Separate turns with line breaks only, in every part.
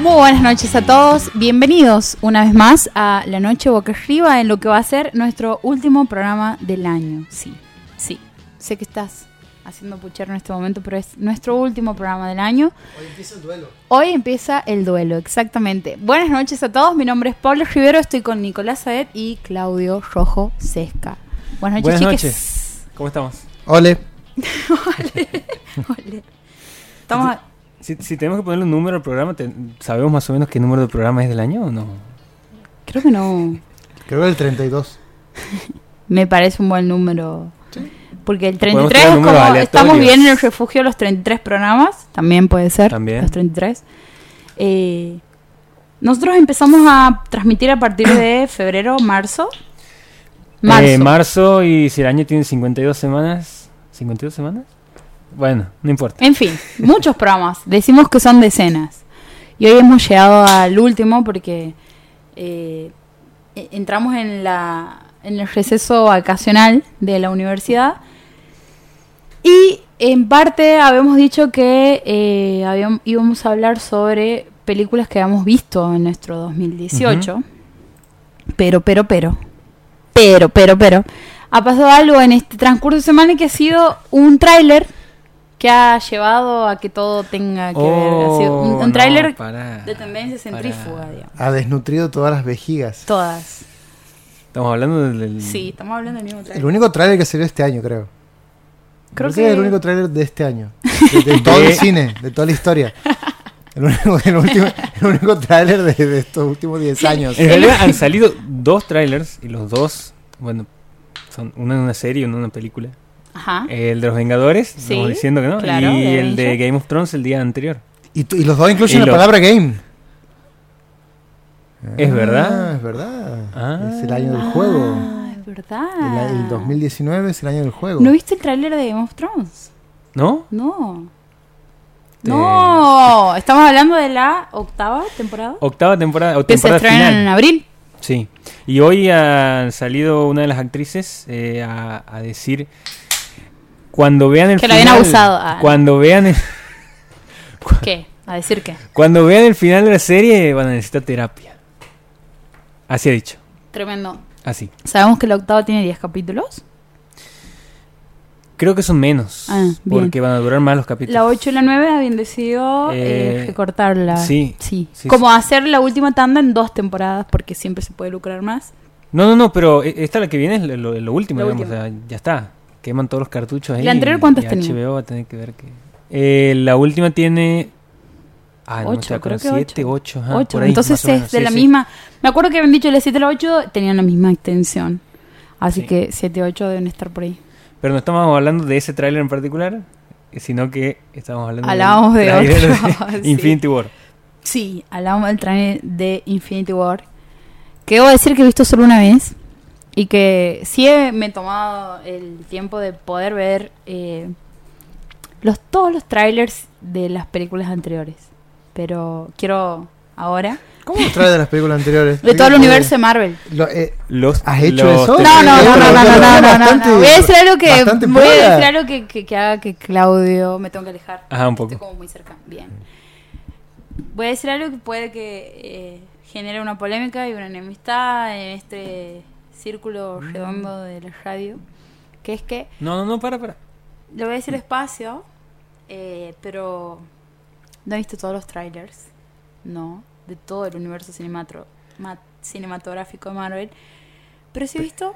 Muy buenas noches a todos, bienvenidos una vez más a La Noche Boca Arriba en lo que va a ser nuestro último programa del año. Sí, sí, sé que estás haciendo puchero en este momento, pero es nuestro último programa del año.
Hoy empieza el duelo.
Hoy empieza el duelo, exactamente. Buenas noches a todos, mi nombre es Pablo Rivero, estoy con Nicolás Saed y Claudio Rojo Sesca. Buenas noches,
Buenas
chiques.
¿Cómo estamos?
Ole.
Ole. Estamos a-
Si, si tenemos que ponerle un número al programa, te- ¿sabemos más o menos qué número de programa es del año o no?
Creo que no.
Creo que el 32.
Me parece un buen número.
Sí.
Porque el 33
Podemos
es
tirar
como.
números aleatorios.
Estamos bien en el refugio los 33 programas. También puede ser.
También.
Los 33. Eh, nosotros empezamos a transmitir a partir de febrero, marzo. Marzo.
Eh, marzo y si el año tiene 52 semanas. ¿52 semanas? Bueno, no importa.
En fin, muchos programas. Decimos que son decenas. Y hoy hemos llegado al último porque eh, e- entramos en, la, en el receso vacacional de la universidad. Y en parte habíamos dicho que eh, habíam- íbamos a hablar sobre películas que habíamos visto en nuestro 2018. Pero, pero, pero. Pero, pero, pero. Ha pasado algo en este transcurso de semana que ha sido un tráiler que ha llevado a que todo tenga que ver. Ha sido un,
Oh,
Oh,
un tráiler de tendencia centrífuga, digamos.
Ha desnutrido todas las vejigas.
Todas.
Estamos hablando del. del-
Sí, estamos hablando del mismo
Mm. El
tráiler.
único tráiler que salió este año, creo.
Creo
Creo que es el
que-
único tráiler de este año. De, de todo el cine, de toda la historia. El único, el último- el único tráiler de, de estos últimos 10 años.
En realidad han salido dos trailers y los dos, bueno, son uno en una serie y uno en una película.
Ajá.
El de los Vengadores,
Ah. Sí,
estamos diciendo que no,
claro,
y
de
el de
Avengers.
Game of Thrones el día anterior.
Y, tú- y los dos incluyen
Y
la
los-
palabra game.
¿Es
Ah,
verdad?
Es verdad.
Ah.
Es el año del juego.
Ah, es verdad.
El, a- el 2019 es el año del juego.
Ah. ¿No viste el tráiler de Game of Thrones?
¿No?
No. No, estamos hablando de la octava temporada.
Octava temporada o
Que se
temporada
estrena
final.
en abril.
Sí, y hoy ha salido una de las actrices eh, a, a decir cuando vean el
Que la
final,
habían abusado, ah.
cuando vean el-
¿Qué? A decir qué.
cuando vean el final de la serie van a necesitar terapia. Así ha dicho,
Tremendo.
así.
Sabemos que la octava tiene 10 capítulos.
Creo que son menos
Ah, bien.
porque van a durar más los capítulos.
La 8 y la 9 habían decidido eh,
Eh,
recortarla.
sí,
Sí.
sí,
Como hacer la última tanda en dos temporadas, porque siempre se puede lucrar más.
No, no, no, pero e- esta la que viene es lo, lo- lo último,
Lo
digamos, o sea, ya está. Queman todos los cartuchos ahí.
¿La anterior
y-
cuántas
y
tenía?
HBO va a tener que ver que Eh, la última tiene Ah, no,
Ocho,
me acuerdo,
creo que
siete,
ocho.
ocho, ajá,
Ocho.
por ahí,
Entonces
más o
es
menos,
de
sí,
la
sí.
misma. Me acuerdo que habían dicho la 7 y la 8 tenían la misma extensión. Así
Sí.
que 7 y 8 deben estar por ahí.
Pero no estamos hablando de ese tráiler en particular, sino que estamos hablando
Hablábamos de
tráiler
otro,
de
sí.
Infinity War.
Sí, hablamos del trailer de Infinity War. Que debo decir que he visto solo una vez. Y que sí he- me he tomado el tiempo de poder ver eh, los, todos los trailers de las películas anteriores. Pero quiero ahora.
¿Cómo los trailers de las películas anteriores?
De todo el
Porque,
universo de Marvel.
lo- eh,
Los,
¿Has hecho
los-
eso?
No, no, no, no, no, no, no, no, no, no,
Bastante-
no. Voy a decir algo que.
bastante
Voy a
piola.
decir algo que, que- que haga que Claudio me tengo que alejar.
Ajá, un
Estoy
poco.
como muy cerca. Bien. Voy a decir algo que puede que eh, genere una polémica y una enemistad en este círculo
Mm.
redondo de la radio. Que es que
No, no, no, para, para.
lo voy a decir despacio, eh, pero no he visto todos los trailers, no, de todo el universo cinematro- ma- cinematográfico de Marvel, pero sí he visto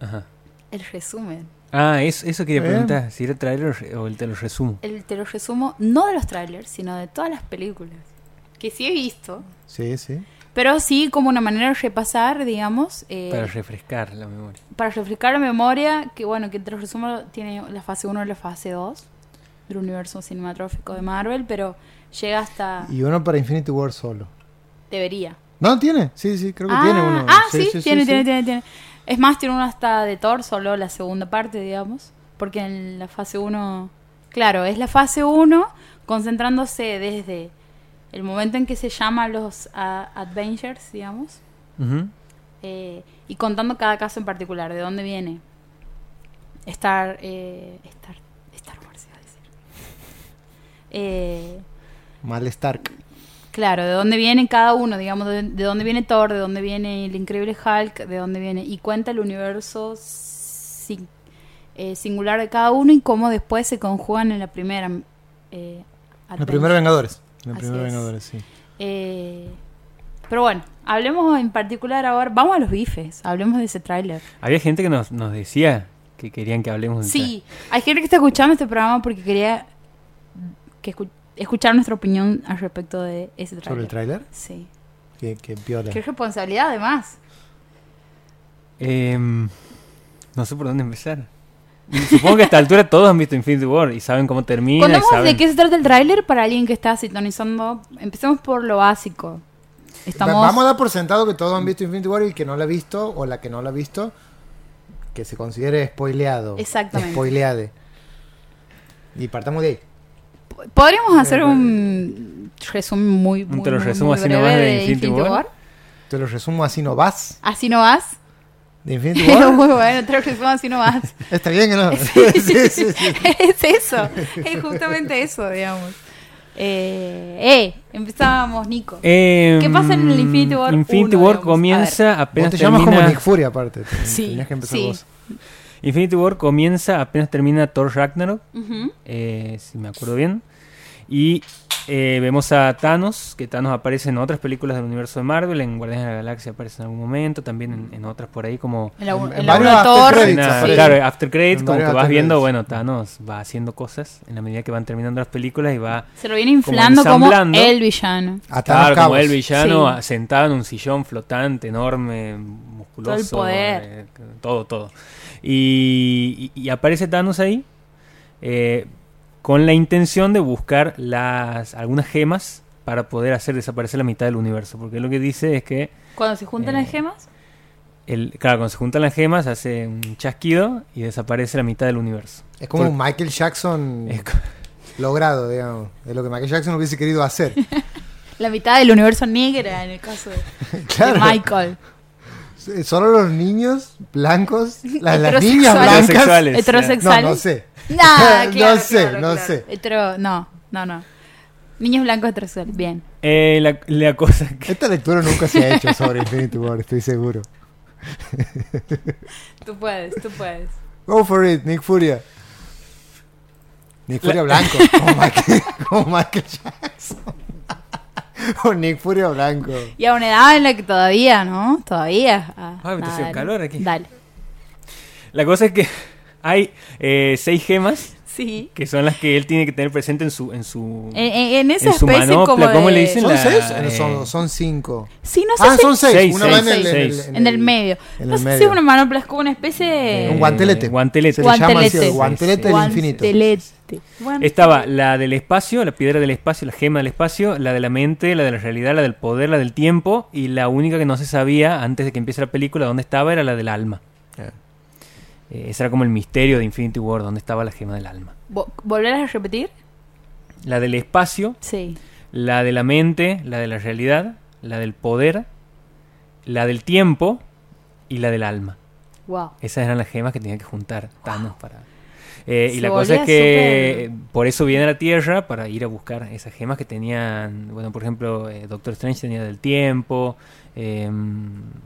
Ajá.
el resumen.
Ah, eso, eso quería
Bien.
preguntar, si era tráiler o el- te lo resumo.
El, te lo resumo no de los trailers, sino de todas las películas que sí he visto,
Sí, sí.
pero sí como una manera de repasar, digamos, eh,
Para refrescar la memoria.
para refrescar la memoria, que bueno, que te lo resumo, tiene la fase 1 y la fase 2 del universo cinematográfico de Marvel, pero llega hasta...
Y uno para Infinity War solo.
Debería.
No, tiene. Sí, sí, creo que
ah,
tiene uno.
ah, sí, tiene, tiene, tiene, tiene. Es más, tiene uno hasta de Thor, solo la segunda parte, digamos. Porque en la fase 1. Claro, es la fase 1 concentrándose desde el momento en que se llama los ah, Adventures, digamos.
Ujú.
eh, y contando cada caso en particular, de dónde viene. Star, eh, Star, Star Wars, iba a decir. Eh,
Mal Stark.
Claro, de dónde viene cada uno, digamos, de, de dónde viene Thor, de dónde viene el increíble Hulk, de dónde viene. Y cuenta el universo sin- eh, singular de cada uno y cómo después se conjugan en la primera. eh,
Los primeros
Advent.
Vengadores. Los
Así
primeros
es.
Vengadores, sí.
Eh, pero bueno, hablemos en particular ahora. Vamos a los bifes, hablemos de ese tráiler.
Había gente que nos, nos decía que querían que hablemos de
Sí, hay gente que está escuchando este programa porque quería que escu- escuchar nuestra opinión al respecto de ese
¿Sobre el
tráiler.
tráiler?
Sí.
Que, que piola.
Qué responsabilidad además.
Eh, no sé por dónde empezar. Supongo que a esta altura todos han visto Infinity War y saben cómo termina. y
Contamos
saben...
de qué se trata el tráiler para alguien que está sintonizando. Empecemos por lo básico. Estamos
Va- Vamos a dar por sentado que todos han visto Infinity War y el que no la ha visto, o la que no la ha visto, que se considere spoileado.
Exactamente.
Spoileade. Y partamos de ahí.
podríamos hacer un resumen muy muy,
Eh, pues, te lo
muy, muy
resumo así
breve
nomás de
de
Infinity War.
Te lo resumo así, no vas.
Así no vas.
De Infinity
Pero
War.
muy bueno, te lo resumo así no vas.
Está bien que no. Sí, sí, sí.
es eso, es justamente eso, digamos. Eh, eh, empezábamos, Nico.
Eh,
¿Qué pasa en el Infinity War
Infinity
uno,
War
digamos?
comienza
Vos
apenas
te llamas como
termina.
Nick Fury aparte.
Sí,
Tenías que empezar
sí.
vos.
Infinity War comienza apenas termina Thor Ragnarok,
Ujú.
eh, si me acuerdo bien. Y eh, vemos a Thanos, que Thanos aparece en otras películas del universo de Marvel, en Guardianes de la Galaxia aparece en algún momento, también en, en otras por ahí como
En la,
En-
en
en
la
varios
una
after
torre,
credits
Escena-
aparece.
claro, after credits,
En
como que
varios
vas
after
viendo,
credits.
bueno, Thanos va haciendo cosas en la medida que van terminando las películas y va
se lo viene inflando como,
ensamblando.
el villano.
A Thanos
claro, como
Cabos.
el villano
Sí.
sentado en un sillón flotante, enorme, musculoso,
Todo el poder.
eh, todo, todo. Y, y- y aparece Thanos ahí eh, con la intención de buscar las algunas gemas para poder hacer desaparecer la mitad del universo, porque lo que dice es que
Cuando se juntan
Eh,
las gemas,
el, claro, cuando se juntan las gemas hace un chasquido y desaparece la mitad del universo.
Es como
Por-
un Michael Jackson
es co-
logrado, digamos. Es lo que Michael Jackson hubiese querido hacer.
la mitad del universo negra en el caso de, de
claro.
Michael.
S- Solo los niños blancos, las, las
Heterosexuales.
niñas
Heterosexuales.
blancas. No,
Heterosexual.
no sé.
Nah,
No
claro,
sé,
claro,
no
claro.
sé.
Hetero- no, no, no. Niños blancos heterosexuales. Bien.
eh, la, la cosa que...
Esta lectura nunca se ha hecho sobre Infinity War, estoy seguro.
Tú puedes, tú puedes.
Go for it, Nick Furia. Nick
La-
Furia blanco, como Michael, como Michael Jackson. o Nick Furia blanco.
Y a una edad en la que todavía, ¿no? Todavía. Ah,
Ay, me está
nada,
haciendo calor aquí.
Dale.
La cosa es que hay eh, seis gemas
Sí.
que son las que él tiene que tener presente en su en su
En, en- en esa
En su
especie
manopla,
como de...
¿cómo le dicen?
¿Son
La-
seis?
eh,
Son, son cinco.
Sí, no sé
Ah,
si-
son seis.
Seis,
Una
seis,
va en el,
seis.
en el-
seis.
en
En el
el-
medio.
en
no
el
sé si
medio.
es una manopla, es como una especie de...
Un guantelete.
eh, guantelete
Se le llama
Guantelete.
así, el guantelete del infinito.
Guantelete. Guan-
estaba la del espacio la piedra del espacio la gema del espacio la de la mente la de la realidad la del poder la del tiempo y la única que no se sabía antes de que empiece la película dónde estaba era la del alma Eh, ese era como el misterio de Infinity War dónde estaba la gema del alma
Vo- ¿Volver a repetir?
la del espacio
Sí.
la de la mente la de la realidad la del poder la del tiempo y la del alma
Wow.
Esas eran las gemas que tenía que juntar Thanos para. Eh, y
Se
la cosa es
volvía
que
súper-
eh, por eso viene a la Tierra para ir a buscar esas gemas que tenían. Bueno, por ejemplo, eh, Doctor Strange tenía del tiempo. eh,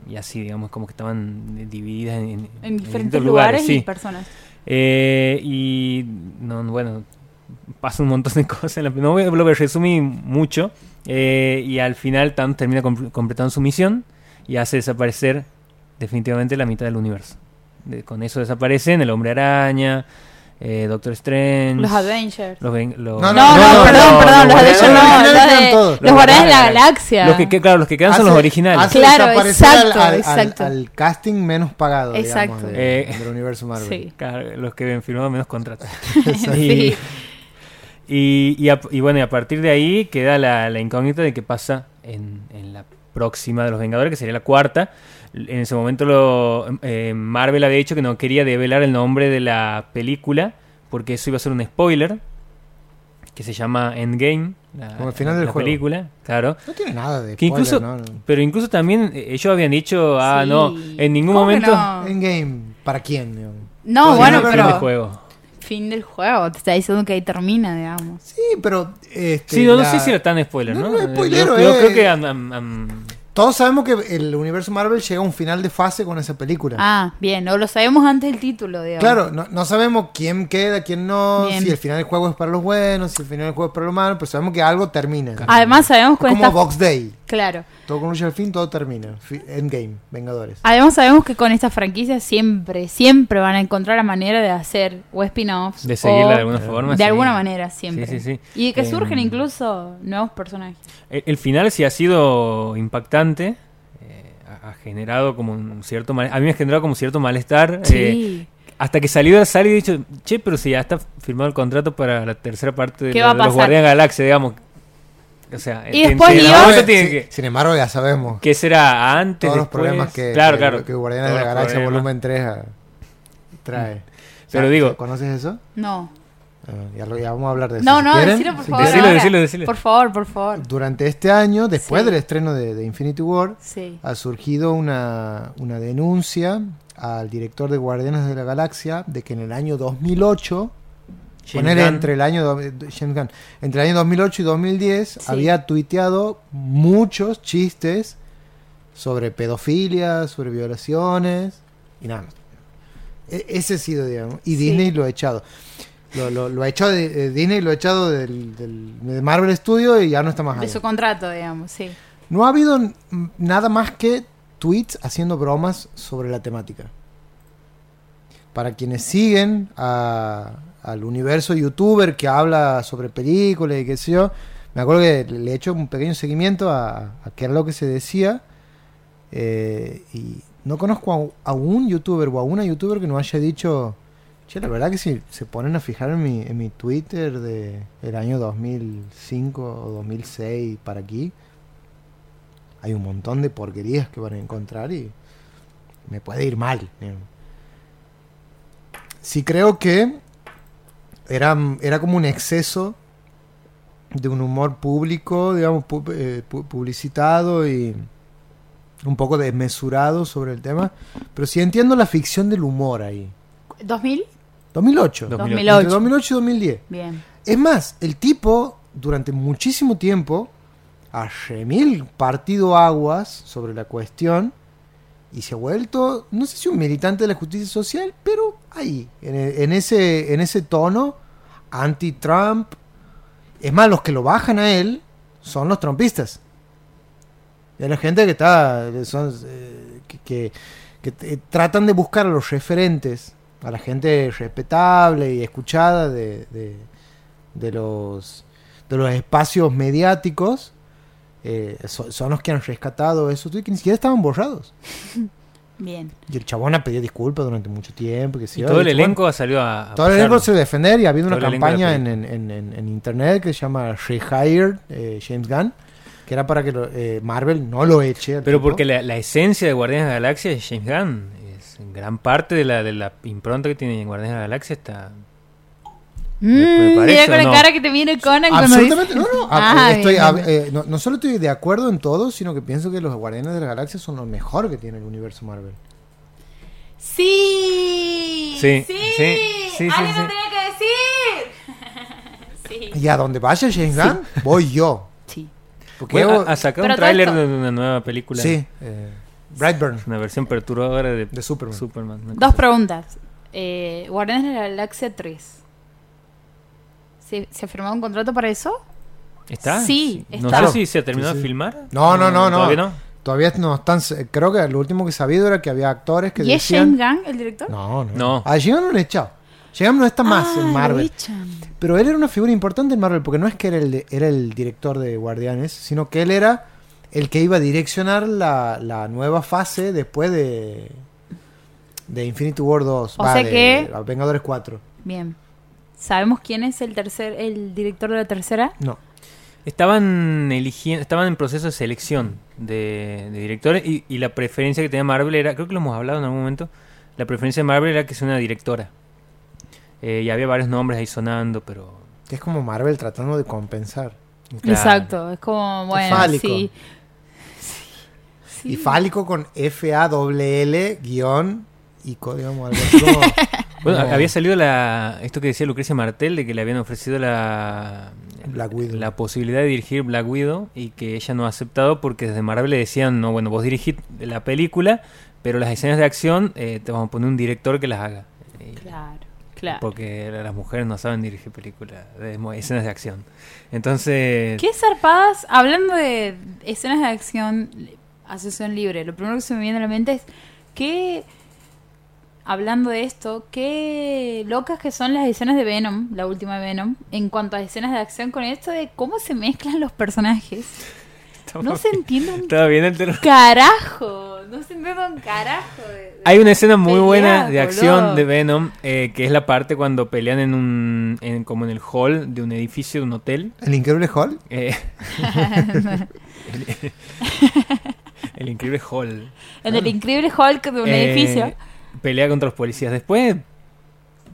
y así, digamos, como que estaban divididas en, en-
En
en
diferentes lugares, y
sí.
personas.
Eh, y no, bueno, pasa un montón de cosas. en la- No voy- lo voy a resumir mucho. eh, y al final Thanos termina compl- completando su misión y hace desaparecer definitivamente la mitad del universo. De- con eso desaparecen el Hombre Araña, eh, Doctor Strange,
Los Avengers.
los ven- los-
No,
No,
no,
no, no,
perdón, perdón.
no, los
los de
Guardianes
ellos
de la
no.
Galaxia
Los,
quedan
de-
todos.
los
Los
Guardianes de la
Guardianes.
Galaxia.
los que, que- claro, los que quedan son los
Hace-
originales.
hace
Claro,
desaparecer al-
exacto,
al, al-
exacto.
al casting menos pagado,
Exacto.
digamos, de-
Eh,
del universo Marvel.
Sí.
Claro, los que habían firmado menos contratos.
Sí.
Y, y a- y bueno, y a partir de ahí queda la, la incógnita de qué pasa en, en la próxima de los Vengadores, que sería la cuarta. En ese momento lo, eh, Marvel había dicho que no quería develar el nombre de la película, porque eso iba a ser un spoiler, que se llama Endgame. la-
Como el final
la-
del
la
juego.
película, claro.
No tiene nada de
Que
spoiler,
incluso,
¿no?
pero incluso también eh, ellos habían dicho, ah,
Sí.
no, en ningún
¿Cómo que
momento...
no?
Endgame, ¿para quién? digamos?
No,
Sí,
bueno,
no,
fin de
pero-
pero
este juego.
fin del juego. Te está diciendo que ahí termina, digamos.
Sí, pero. este,
Sí, no, no
la-
sé si era tan spoiler,
No,
¿no?
no es
Eh,
spoilero,
yo, yo
eh.
creo que am- am- am-
Todos sabemos que el universo Marvel llega a un final de fase con esa película.
Ah, bien. O lo sabemos antes del título, digamos.
Claro, no, no sabemos quién queda, quién no,
Bien.
si el final del juego es para los buenos, si el final del juego es para los malos, pero sabemos que algo termina.
Además sabemos
Es
con
como
esta...
Box Day.
Claro.
Todo concluye al fin, todo termina. Fi- Endgame, Vengadores.
Además sabemos que con estas franquicias siempre, siempre van a encontrar la manera de hacer o spin-offs.
de seguirla
o
de alguna forma.
de
sí.
alguna manera, siempre.
Sí, sí, sí.
Y de que
Eh,
surgen incluso nuevos personajes.
El, el final sí ha sido impactante. eh, ha- ha generado como un cierto mal- a mí me ha generado como cierto malestar eh,
Sí.
hasta que salió de salir y he dicho che pero si ya está firmado el contrato para la tercera parte de,
¿Qué
la-
va a
de los
pasar?
Guardianes de la Galaxia digamos o sea
Y
en-
después
en- en
Dios-
la
Ahora,
bolsa tienen
sin,
que
sin embargo, ya sabemos
¿Qué será antes?
todos los
después?
problemas que,
claro,
que-
claro.
que Guardianes de
Todos
la
los
Galaxia
problemas.
Volumen 3 a- trae.
Pero digo-
¿Conoces eso?
No.
Ah, ya, lo- ya vamos a hablar de eso.
No,
Si
no,
quieren,
decilo por
si
favor.
quieren,
Decilo,
ahora.
decilo, decilo.
Por favor, por favor.
Durante este año, después
Sí.
del estreno de, de Infinity War,
Sí.
ha surgido una, una denuncia al director de Guardianes de la Galaxia de que en el año 2008,
Shin
poner
Gunn.
entre el año do- eh, Shin Gunn, entre el año 2008 y 2010
Sí.
había tuiteado muchos chistes sobre pedofilia, sobre violaciones y nada más. E- ese ha sido, digamos, y
Sí.
Disney lo ha echado. Lo, lo, lo ha echado de, de Disney, lo ha echado del, del- de Marvel Studio y ya no está más
De
ahí.
su contrato, digamos, sí.
No ha habido n- nada más que tweets haciendo bromas sobre la temática. Para quienes siguen a- al universo youtuber que habla sobre películas y qué sé yo, me acuerdo que le- le he hecho un pequeño seguimiento a, a qué era lo que se decía. eh, y no conozco a, u- a un youtuber o a una youtuber que no haya dicho, che, la verdad que si se ponen a fijar en mi, en mi Twitter de el año 2005 o 2006 para aquí, hay un montón de porquerías que van a encontrar y me puede ir mal. digamos. Sí creo que era, era como un exceso de un humor público, digamos, pu- eh, pu- publicitado y un poco desmesurado sobre el tema. Pero sí entiendo la ficción del humor ahí.
¿2000? 2008.
2008. Entre 2008 y 2010.
Bien.
Es más, el tipo durante muchísimo tiempo ha remil partido aguas sobre la cuestión y se ha vuelto, no sé si un militante de la justicia social, pero ahí, en, e- en ese, en ese tono anti-Trump. Es más, los que lo bajan a él son los trumpistas. Es la gente que está, son, eh, que, que- que t- tratan de buscar a los referentes, a la gente respetable y escuchada de- de, de los de los espacios mediáticos eh, so- son los que han rescatado esos tweets que ni siquiera estaban borrados.
Bien.
Y el chabón ha pedido disculpas durante mucho tiempo. Que sí,
Y todo
oye,
el
chabón,
elenco ha salido a. a
todo el elenco se
pasarlo.
defender y ha habido
Todo
una
el elenco de la
campaña en, en- en- en internet que se llama Rehired eh, James Gunn, que era para que lo- eh, Marvel no lo eche. al
Pero
tipo.
porque la, la esencia de Guardianes de la Galaxia es James Gunn. Es gran parte de la, de la impronta que tiene Guardianes de la Galaxia. Está. ¿Me- me
Mm,
parece
mira
o
con la
no?
cara que te viene Conan cuando dice-
Absolutamente, no, no.
Ah,
a- estoy,
bien,
a-
bien.
eh, no, no solo estoy de acuerdo en todo, sino que pienso que los Guardianes de la Galaxia son lo mejor que tiene el universo Marvel.
Sí.
Sí,
Sí.
sí, sí,
Alguien
sí,
lo tenía
sí.
que decir. sí.
Y a donde vaya James Gunn, voy yo.
Sí.
Porque
Bueno,
hago-
ha, ha sacado
Pero
un
todo
tráiler
esto-
de una nueva película.
sí, eh, Brightburn
Una versión perturbadora de,
de Superman.
Superman. una
Dos
cosa.
preguntas. Eh, Guardianes de la Galaxia 3. ¿Se, ¿Se ha firmado un contrato para eso?
¿Está?
Sí,
No
está.
sé si se ha terminado
Sí, sí.
de filmar.
No, no, no, no.
¿Todavía no?
Todavía no están. eh, Creo que lo último que he sabido era que había actores que
¿Y es Shane
decían.
Gang el director?
No, no.
No.
A James no le he echado. James no está más
Ah,
en
lo
Marvel.
echan.
Pero él era una figura importante en Marvel porque no es que era el, de- era el director de Guardianes, sino que él era el que iba a direccionar la, la nueva fase después de. De Infinity War 2.
O sea
de
que-
Vengadores 4.
Bien. ¿Sabemos quién es el tercer, el director de la tercera?
No.
Estaban eligiendo, estaban en proceso de selección de, de directores y, y la preferencia que tenía Marvel era, creo que lo hemos hablado en algún momento, la preferencia de Marvel era que sea una directora. Eh, y había varios nombres ahí sonando, pero...
Que es como Marvel tratando de compensar.
claro.
Exacto. Es como, bueno,
fálico.
sí. Sí.
Y fálico con F-A-L-L guión y co- digamos algo así como
Bueno,
No.
había salido la, esto que decía Lucrecia Martel de que le habían ofrecido la,
Black Widow.
la posibilidad de dirigir Black Widow y que ella no ha aceptado porque desde Marvel le decían, no, bueno, vos dirigís la película, pero las escenas de acción eh, te vamos a poner un director que las haga. Y-
Claro, claro.
Porque las mujeres no saben dirigir películas, de mo- escenas de acción. Entonces,
Qué zarpadas, hablando de escenas de acción, asociación libre, lo primero que se me viene a la mente es que, hablando de esto, qué locas que son las escenas de Venom, la última de Venom, en cuanto a escenas de acción con esto de cómo se mezclan los personajes.
estaba
No se
bien-
entiende un
estaba bien el terror.
carajo, no se entiende un carajo. de- de-
Hay una escena muy
Pelea,
buena de
boludo.
acción de Venom, eh, que es la parte cuando pelean en un, en- como en el hall de un edificio, de un hotel.
¿El Increíble Hall?
Eh, el, el increíble hall.
En el increíble Hulk de un
Eh,
edificio.
Pelea contra los policías. Después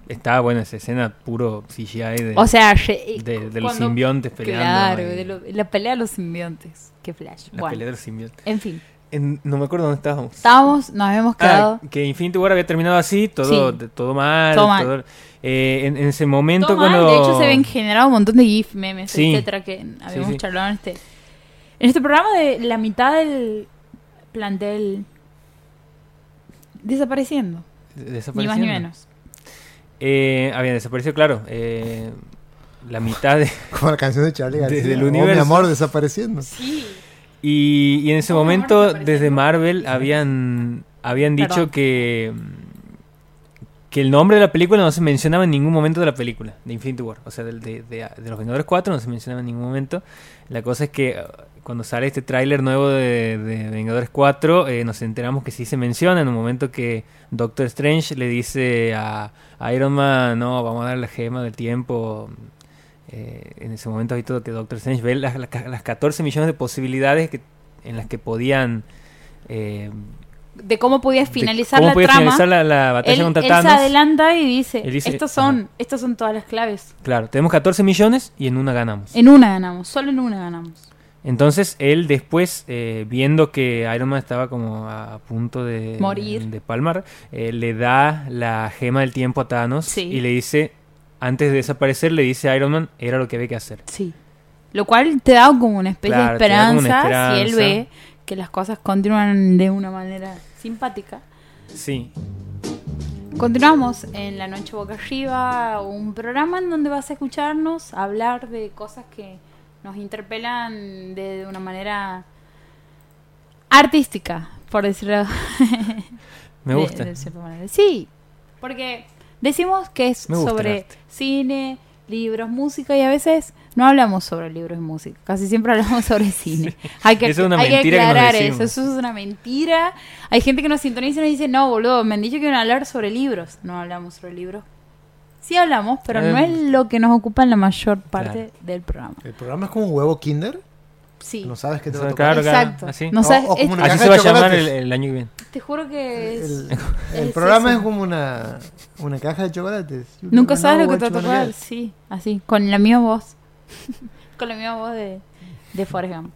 está, bueno, esa escena puro CGI de,
O sea, ye- eh,
de- de los
cuando-
simbiontes peleando.
Claro,
y
de lo- la pelea de los simbiontes. Qué flash.
la
bueno,
pelea de los simbiontes.
en fin.
En- no me acuerdo dónde estábamos.
Estábamos, nos habíamos
Ah,
quedado.
que Infinity War había terminado así, todo,
Sí.
de- todo mal.
Todo mal.
todo- eh, en, en ese momento
Todo mal,
cuando...
De hecho, se habían generado un montón de GIF, memes,
Sí.
etcétera, que habíamos
sí.
charlado en este, en este programa de la mitad del plantel desapareciendo, ni más
desapareciendo.
ni menos.
Eh, habían desaparecido, claro. eh, la mitad de...
Como la canción de Charlie García.
Desde el
Oh, mi
universo.
amor desapareciendo.
Sí,
Y, y en ese
Otro
momento,
amor desaparecido.
desde Marvel, habían, habían
Perdón.
dicho que, que el nombre de la película no se mencionaba en ningún momento de la película, de Infinity War. O sea, del- de, de- de Los Vengadores 4 no se mencionaba en ningún momento. La cosa es que eh, cuando sale este tráiler nuevo de, de Vengadores 4, eh, nos enteramos que sí se menciona en un momento que Doctor Strange le dice a, a Iron Man, no, vamos a dar la gema del tiempo. Eh, en ese momento hay todo que Doctor Strange ve las, las, las 14 millones de posibilidades que, en las que podían... eh,
de cómo podía finalizar
de- ¿Cómo
la
podía
trama.
finalizar la, la batalla
él,
contra
él se
Thanos?
adelanta y dice,
Él dice,
estos son,
ajá.
estas son todas las claves.
Claro, tenemos 14 millones y en una ganamos.
En una ganamos, solo en una ganamos.
Entonces él después, eh, viendo que Iron Man estaba como a a punto de
Morir.
de palmar, eh, le da la gema del tiempo a Thanos
Sí.
y le dice, antes de desaparecer, le dice a Iron Man, era lo que había que hacer.
Sí. Lo cual te da como una especie
Claro,
de
te da como una
esperanza, si él ve
esperanza.
que las cosas continúan de una manera simpática.
Sí,
Continuamos en La Noche Boca Arriba, un programa en donde vas a escucharnos hablar de cosas que nos interpelan de, una manera artística, por decirlo
me
de-
gusta.
de cierta manera. Sí, porque decimos que es
Me gusta el
sobre
arte.
cine, libros, música y a veces no hablamos sobre libros y música. Casi siempre hablamos sobre cine. Hay que,
Eso es una
hay que
mentira que nos
aclarar eso.
decimos.
Eso es una mentira. Hay gente que nos sintoniza y nos dice, no, boludo, me han dicho que iban a hablar sobre libros. No hablamos sobre libros. Sí hablamos, pero no
Eh,
es lo que nos ocupa en la mayor parte
claro.
del programa.
El programa es como un huevo Kinder.
Sí.
No sabes qué te va a
Claro,
tocar.
claro,
Exacto.
así.
No
O-
sabes-
o como
es-
una
Así
caja
se va a
de
llamar el,
chocolates.
el año que viene.
te juro que es-
El, el
es
programa
eso.
es como una, una caja de chocolates. You
Nunca
never
sabes
know
lo que
what
te va a
you're gonna
tocar, sí, así, con la misma voz. con la misma voz de, de Forrest Gump.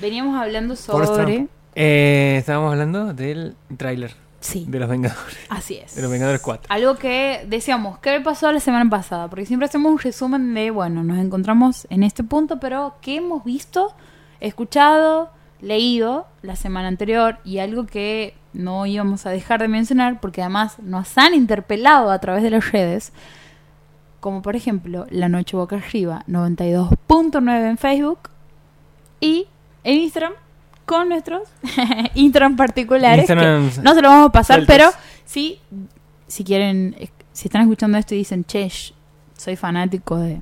Veníamos hablando
Forrest
sobre...
Eh, estábamos hablando del tráiler
Sí,
de Los Vengadores.
así es.
de los Vengadores 4.
Algo que decíamos, ¿qué pasó la semana pasada? Porque siempre hacemos un resumen de, bueno, nos encontramos en este punto, pero ¿qué hemos visto, escuchado, leído la semana anterior? Y algo que no íbamos a dejar de mencionar, porque además nos han interpelado a través de las redes, como por ejemplo La Noche Boca Arriba, 92.9 en Facebook y en Instagram con nuestros Instagram particulares. que
Instagram-
no se lo vamos a pasar,
Sueltos.
pero sí, si quieren, eh, si están escuchando esto y dicen, che, sh- soy fanático de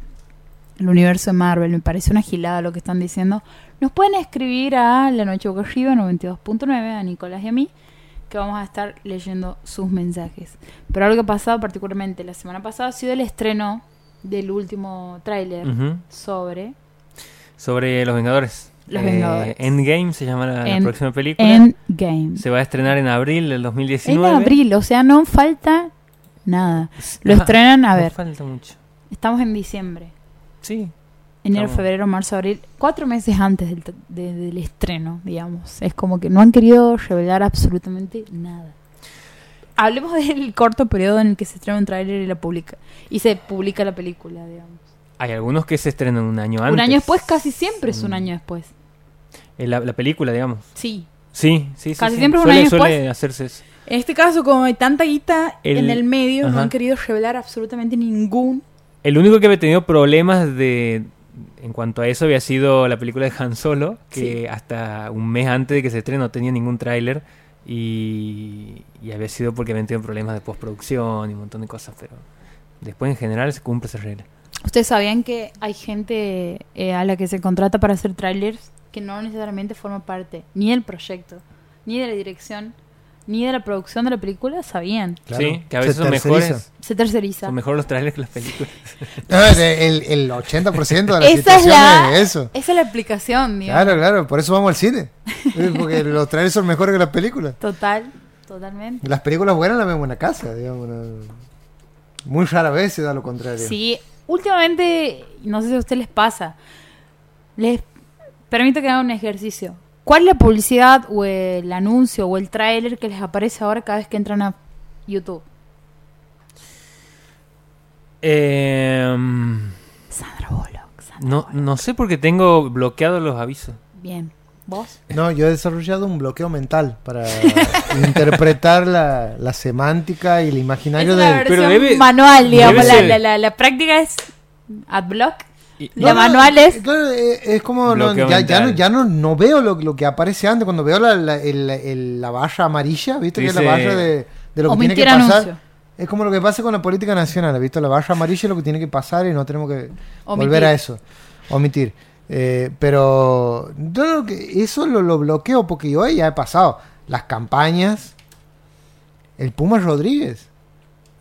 el universo de Marvel, me parece una gilada lo que están diciendo, nos pueden escribir a La Noche Boca Arriba 92.9, a Nicolás y a mí, que vamos a estar leyendo sus mensajes. Pero algo que ha pasado particularmente la semana pasada ha sido el estreno del último tráiler
Ujú.
sobre
Sobre Los Vengadores.
Los
Eh,
Vengadores.
Endgame se llama la, la
End-
próxima película.
Endgame.
Se va a estrenar en abril del 2019.
En abril, o sea, no falta nada. Lo
Ah,
estrenan, a
no
ver,
falta mucho.
estamos en diciembre.
Sí.
Enero,
Estamos-
febrero, marzo, abril, cuatro meses antes del, t- de- del estreno, digamos. Es como que no han querido revelar absolutamente nada. hablemos del corto periodo en el que se estrena un tráiler y la publica y se publica la película, digamos.
Hay algunos que se estrenan un año antes. Mm.
Un año después casi siempre es un año después.
Eh, La, la película, digamos.
Sí.
Sí, sí, sí.
Casi
sí.
siempre es un
suele,
año
suele
después.
hacerse eso.
En este caso, como hay tanta guita
El-
en el medio, no
ajá.
han querido revelar absolutamente ningún.
El único que había tenido problemas de en cuanto a eso había sido la película de Han Solo, que
Sí.
hasta un mes antes de que se estrene no tenía ningún tráiler y, y había sido porque habían tenido problemas de postproducción y un montón de cosas, pero después en general se cumple esa regla.
Ustedes sabían que hay gente eh, a la que se contrata para hacer trailers que no necesariamente forma parte ni del proyecto, ni de la dirección, ni de la producción de la película. Sabían.
Claro.
Sí, que a
Se
veces son
terceriza.
mejores,
Se terceriza.
son mejores los trailers que las películas.
No, el, el- el 80% de las
Esa es
situaciones
la.
es eso.
Esa es la aplicación, digamos.
Claro, claro, por eso vamos al cine. Eh, Porque los trailers son mejores que las películas.
Total, totalmente.
Las películas buenas las vemos en la casa, digamos. no- Muy rara vez se da lo contrario.
Sí, últimamente, no sé si a ustedes les pasa, les permito que hagan un ejercicio. ¿Cuál es la publicidad o el anuncio o el tráiler que les aparece ahora cada vez que entran a YouTube?
Em,
Sandra Bullock. Sandra
no, no sé por qué tengo bloqueados los avisos.
Bullock. Bien. ¿Vos?
No, yo he desarrollado un bloqueo mental para interpretar la, la semántica y el imaginario
Esa es la
de...
versión
Pero debe-
manual, digamos.
debe
La,
ser-
la- la- la práctica es adblock.
Y-
La manual es-
Claro, eh, es como... no,
Bloqueo
ya ya, no,
mental.
ya no, no veo lo, lo que aparece antes. Cuando veo la, la, el- el- la barra amarilla, ¿viste? que es
Dice-
la barra de, de lo que tiene que
Omitir
pasar.
anuncio.
Es como lo que pasa con la política nacional, ¿viste? La barra amarilla es lo que tiene que pasar y no tenemos que volver a eso, omitir. Eh, pero yo lo que- eso lo, lo bloqueo porque yo ya he pasado las campañas, el Puma Rodríguez.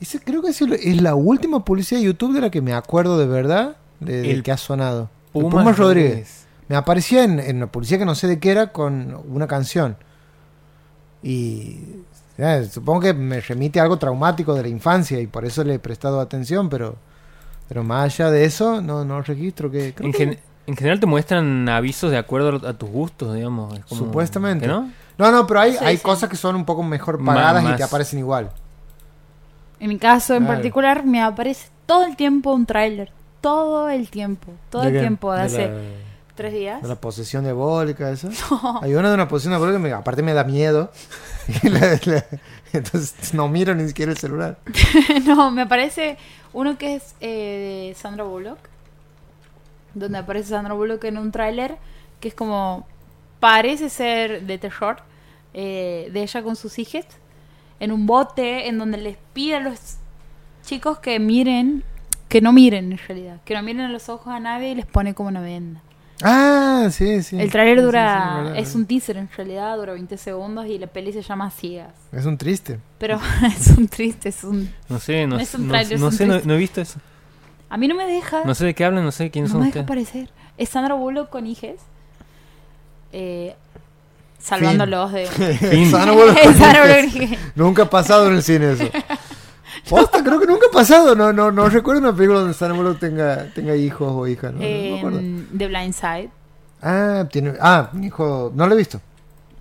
Ese, creo que ese es lo- es la última publicidad de YouTube de la que me acuerdo de verdad, de, de
El
que ha sonado. El
Pumas
Puma Rodríguez. Me aparecía en, en una publicidad que no sé de qué era con una canción. Y eh, supongo que me remite a algo traumático de la infancia y por eso le he prestado atención, pero pero más allá de eso, no, no registro que... creo
En,
que-
gen- en general te muestran avisos de acuerdo a tus gustos, digamos. es como-
Supuestamente.
¿que ¿No?
No, no, pero hay,
Sí,
hay
sí.
cosas que son un poco mejor
Ma-
pagadas y
más-
te aparecen igual.
En mi caso en
Claro.
particular me aparece todo el tiempo un tráiler. Todo el tiempo. Todo
¿De
el
qué?
tiempo. De
De
hace
la,
tres días.
de la posesión diabólica, eso. Hay una de una posesión diabólica que me- aparte me da miedo. Y la- la- entonces no miro ni siquiera el celular.
No, me aparece uno que es eh, de Sandra Bullock. Donde aparece Sandra Bullock en un tráiler que es como. Parece ser de terror. eh, de ella con sus hijas. En un bote en donde les pide a los chicos que miren. Que no miren en realidad. Que no miren a los ojos a nadie y les pone como una venda.
Ah, sí, sí.
El tráiler
Sí, sí,
dura.
sí, verdad, eh.
es un teaser en realidad, dura 20 segundos y la peli se llama Ciegas.
Es un triste.
Pero es un triste, es un.
No sé, no,
Es un
no-
trailer, es
no
un
sé, no,
trailer.
no he visto eso.
A mí no me deja.
No sé de qué hablan, no sé quiénes
No me
son
deja
ustedes.
aparecer. Es Sandra Bullock con hijes. Eh, salvándolos de.
Fin.
Sandra Bullock con
Es Sandra
hijes.
Bullock con hijes.
Nunca ha pasado en el cine eso. Posta, creo que nunca ha pasado. No, no, no recuerdo una película donde Sandra Bullock tenga, tenga hijos o hijas. No, no
Em,
me acuerdo.
En The Eh, Blind Side.
Ah, tiene, ah, un hijo. No lo he visto.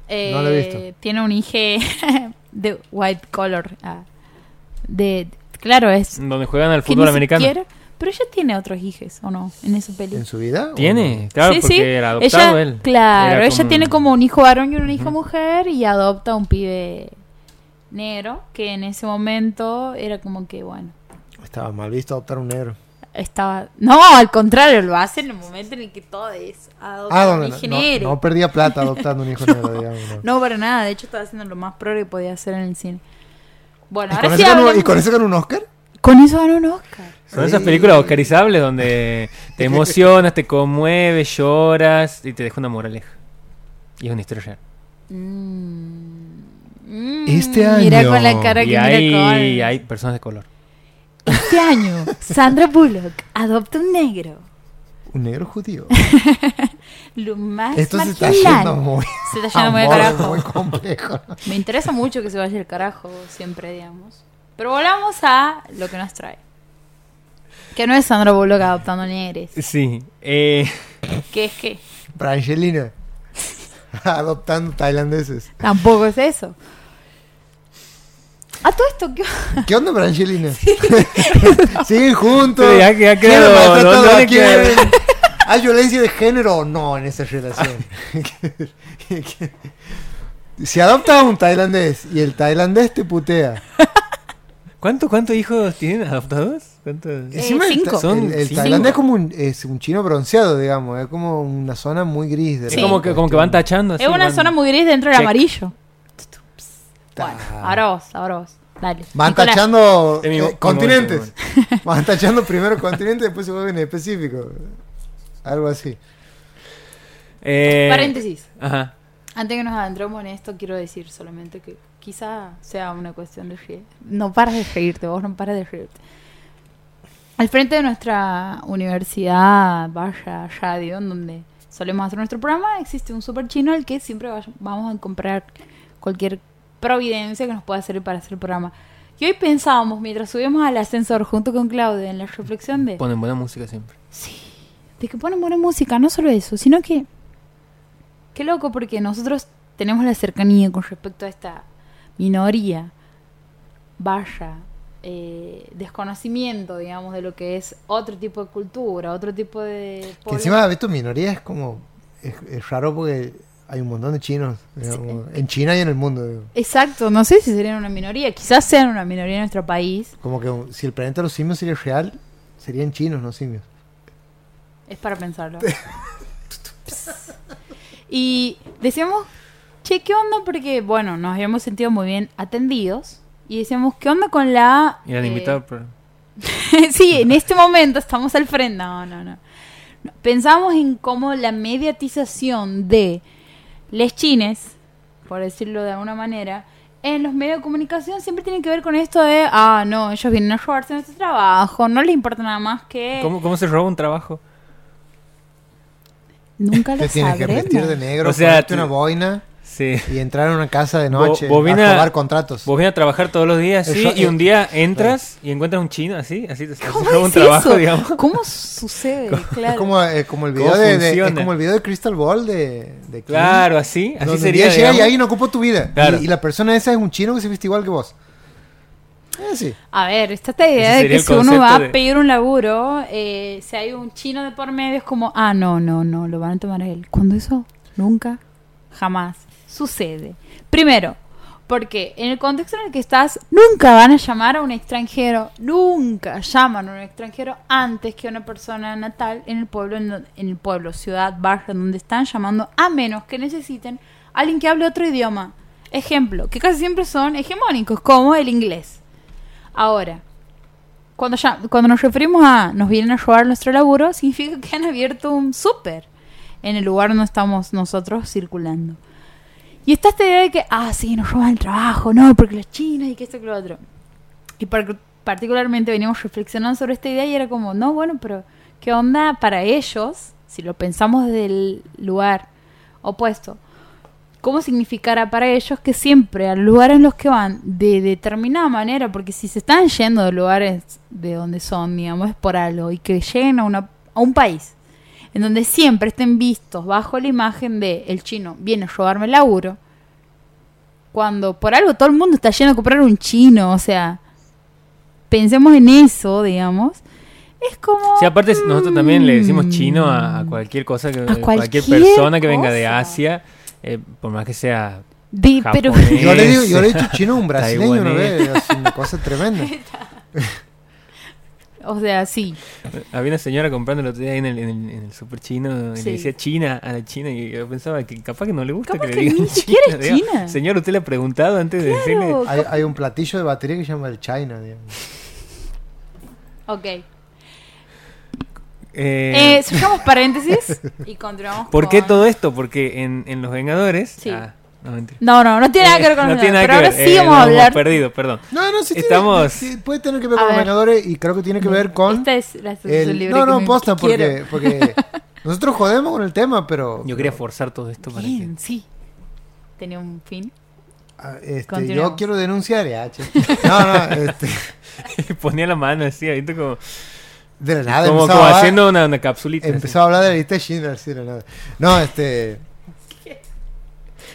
Eh,
No lo he visto.
Tiene un hije de white color. ah, de, claro, es.
Donde juegan al
que
fútbol
ni
americano.
siquiera- pero ella tiene otros hijes, ¿o no? En esa peli.
¿En su vida?
Tiene, claro,
Oh. Sí,
porque
sí.
era adoptado
Ella-
él.
Claro,
Era
ella
como-
tiene como un hijo varón y una hija mujer y adopta un pibe negro que en ese momento era como que, bueno,
O no? Estaba mal visto adoptar un negro.
estaba... No, al contrario, lo hace en el momento en el que todo es adopta
Ah,
un
donde no,
hijo
no-
negro.
no perdía plata adoptando un hijo negro, digamos. no.
No, para nada, de hecho estaba haciendo lo más pro que podía hacer en el cine. Bueno,
¿Y,
ahora
con
sí
eso ganó,
hablemos-
¿Y con eso ganó un Oscar?
Con eso ganó un Oscar.
Son esas
Sí.
películas oscarizables donde te emocionas, te conmueves, lloras y te deja una moraleja. Y es una historia real.
Mm. Mm,
Este
Mira
año.
con la cara que
Y
mira
hay,
con-
hay personas de color.
Este año, Sandra Bullock adopta un negro.
Un negro judío.
Lo más
Esto se está
marginal.
yendo muy.
Se está yendo muy de
amor,
carajo.
muy complejo.
Me interesa mucho que se vaya el carajo siempre, digamos. Pero volvamos a lo que nos trae. Que no es Sandra Bullock adoptando negres.
Sí. eh,
Que es que
Brangelina. Adoptando tailandeses.
tampoco es eso. A todo esto, ¿qué?
¿Qué onda, Brangelina? Siguen juntos.
Sí, ha- ha quedado-
¿Quién ha maltratado
¿dónde
a quién?
queda?
¿Hay violencia de género o no en esa relación? Se adopta a un tailandés y el tailandés te putea.
Eh,
¿Cuánto- ¿Cuántos hijos tienen adoptados? ¿Cuántos?
Eh,
Encima el
cinco.
ta-
Son
El, el
cinco.
tailandés es como un, es un chino bronceado, digamos. Es como una zona muy gris. De
Es
la
como, que, como que van
cuestión.
tachando. así,
Es una
van-
zona muy gris dentro del
Check.
amarillo. Bueno,
Ta-
ahora vos, ahora vos. Dale.
Van
Nicolás.
tachando
Sí, mi-
eh,
mi
continentes. Van tachando primero continentes, después se vuelven específicos. Algo así.
Eh,
Paréntesis.
Ajá.
Antes que nos adentremos en esto, quiero decir solamente que quizá sea una cuestión de reír. No paras de reírte, vos no paras de reírte. Al frente de nuestra universidad, barra radio, en donde solemos hacer nuestro programa, existe un super chino al que siempre vay- vamos a comprar cualquier providencia que nos pueda servir para hacer el programa. Y hoy pensábamos, mientras subíamos al ascensor junto con Claudia, en la reflexión de...
Ponen buena música siempre.
de que ponen buena música, no solo eso, sino que qué loco porque nosotros tenemos la cercanía con respecto a esta minoría vaya eh, desconocimiento, digamos, de lo que es otro tipo de cultura, otro tipo de
Que
pueblo.
encima, ¿ves tu minoría? Es como. Es, es raro porque hay un montón de chinos. digamos, En China y en el mundo. digo.
Exacto, no sé si serían una minoría, quizás sean una minoría en nuestro país,
Como que si el planeta de los simios sería real, serían chinos, no simios.
es para pensarlo. y decíamos, che, ¿qué onda? Porque, bueno, nos habíamos sentido muy bien atendidos y decíamos, ¿qué onda con la...
Y eran
eh,
invitados por-
sí, en este momento estamos al frente. No, no, no. No, Pensamos en cómo la mediatización de les chines, por decirlo de alguna manera, en los medios de comunicación siempre tiene que ver con esto de, ah, no, ellos vienen a robarse nuestro trabajo, no les importa nada más que...
¿Cómo, ¿Cómo se roba un trabajo?
Nunca lo
Te tienes que
sabremos.
vestir de negro,
O sea,
ponerte
te-
una boina
Sí.
y entrar a una casa de noche
Bo- bobina-
a robar contratos.
Vos vienes a trabajar todos los días,
El
sí,
yo-
y un
el-
día entras y encuentras un chino así, así te así
¿Cómo
se roba un
es
trabajo,
eso?
digamos.
¿Cómo sucede? Claro.
Es como, eh, como el
¿Cómo
video de, de- es
funciona?
como el video de Crystal Ball de, de King,
Claro, así, así
donde un
sería.
día llega y
digamos.
alguien ocupó tu vida.
Claro.
Y, y la persona esa es un chino que se viste igual que vos. Es así.
A ver, está esta idea de
Ese
que
sería
si
el
uno
concepto
va a
de-
pedir un laburo, eh, si hay un chino de por medio, es como, ah, no, no, no, lo van a tomar a él. Cuando eso nunca, jamás sucede. Primero, porque en el contexto en el que estás, nunca van a llamar a un extranjero, nunca llaman a un extranjero antes que a una persona natal en el pueblo, en, don- en el pueblo, ciudad, barrio, donde están llamando, a menos que necesiten a alguien que hable otro idioma. Ejemplo, que casi siempre son hegemónicos, como el inglés. Ahora, cuando, ya, cuando nos referimos a nos vienen a robar nuestro laburo, significa que han abierto un súper en el lugar donde estamos nosotros circulando. Y está esta idea de que, ah, sí, nos roban el trabajo, no, porque los chinos y que esto que lo otro. Y par- particularmente veníamos reflexionando sobre esta idea y era como, no, bueno, pero ¿qué onda para ellos, si lo pensamos desde el lugar opuesto? ¿Cómo significará para ellos que siempre al lugar en los que van, de determinada manera, porque si se están yendo de lugares de donde son, digamos, es por algo, y que lleguen a, una, a un país en donde siempre estén vistos bajo la imagen de el chino viene a robarme el laburo, cuando por algo todo el mundo está yendo a comprar un chino, o sea, pensemos en eso, digamos, es como...
Sí, aparte nosotros también le decimos
mm,
chino a, a cualquier cosa, que,
cualquier
persona que venga de
cosa.
Asia, eh, por más que sea...
de- pero...
japonés.
Yo le, digo, yo le he dicho chino a un brasileño una
Taiwanés.
vez. Es una cosa tremenda.
O sea, sí.
Había una señora comprando el otro día ahí en el, en el- en el super chino y
Sí.
le decía China a la China y yo pensaba que capaz que no le gusta
Capaz
que,
que
le digan
ni siquiera es
Digo,
China.
Señor, usted le ha preguntado antes de decirle...
Claro.
Hay, hay un platillo de batería que se llama el China. digamos.
Ok.
eh,
Eh, cerramos paréntesis y continuamos.
¿Por qué
con-
todo esto? Porque en, en Los Vengadores...
Sí.
Ah, no, mentira.
No, no, no tiene nada
Eh,
que ver con
no
el
tiene nada
pero
que
ahora
ver.
sí
Eh,
vamos
nos
a
hemos
hablar.
perdido, perdón.
No, no, sí, tiene-
Estamos-
sí, puede tener que ver
A
con los
ver.
Vengadores y creo que tiene que ver con.
Esta es la sección
el-
libre
no,
que
no,
me-
posta,
que
porque,
quiero.
porque nosotros jodemos con el tema, pero.
Yo quería forzar todo esto para que...
Bien, sí. Tenía un fin.
Ah, este,
Continuemos.
yo quiero denunciar eh, che. No, no, este,
Y ponía la mano así, ¿viste? Como,
Ah, de la nada
como,
empezaba
como
a hablar-
haciendo una, una capsulita.
empezaba a hablar de la lista de Schindler, así de la nada. No, este.
así.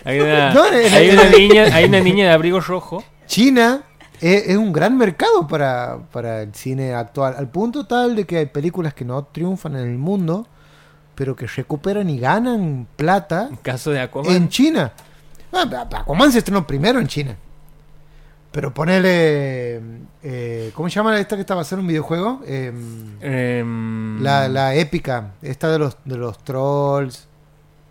Hay, una,
No, no, no,
hay,
no,
una
no.
niña, hay una niña de abrigo rojo
China es, es un gran mercado para, para el cine actual, al punto tal de que hay películas que no triunfan en el mundo, pero que recuperan y ganan plata
En caso de Aquaman.
en China. Ah, Aqu- Aquaman se estrenó primero en China. Pero ponele... eh, ¿Cómo se llama esta que está basada en un videojuego? Em,
Em,
la, la épica, esta de los, de los trolls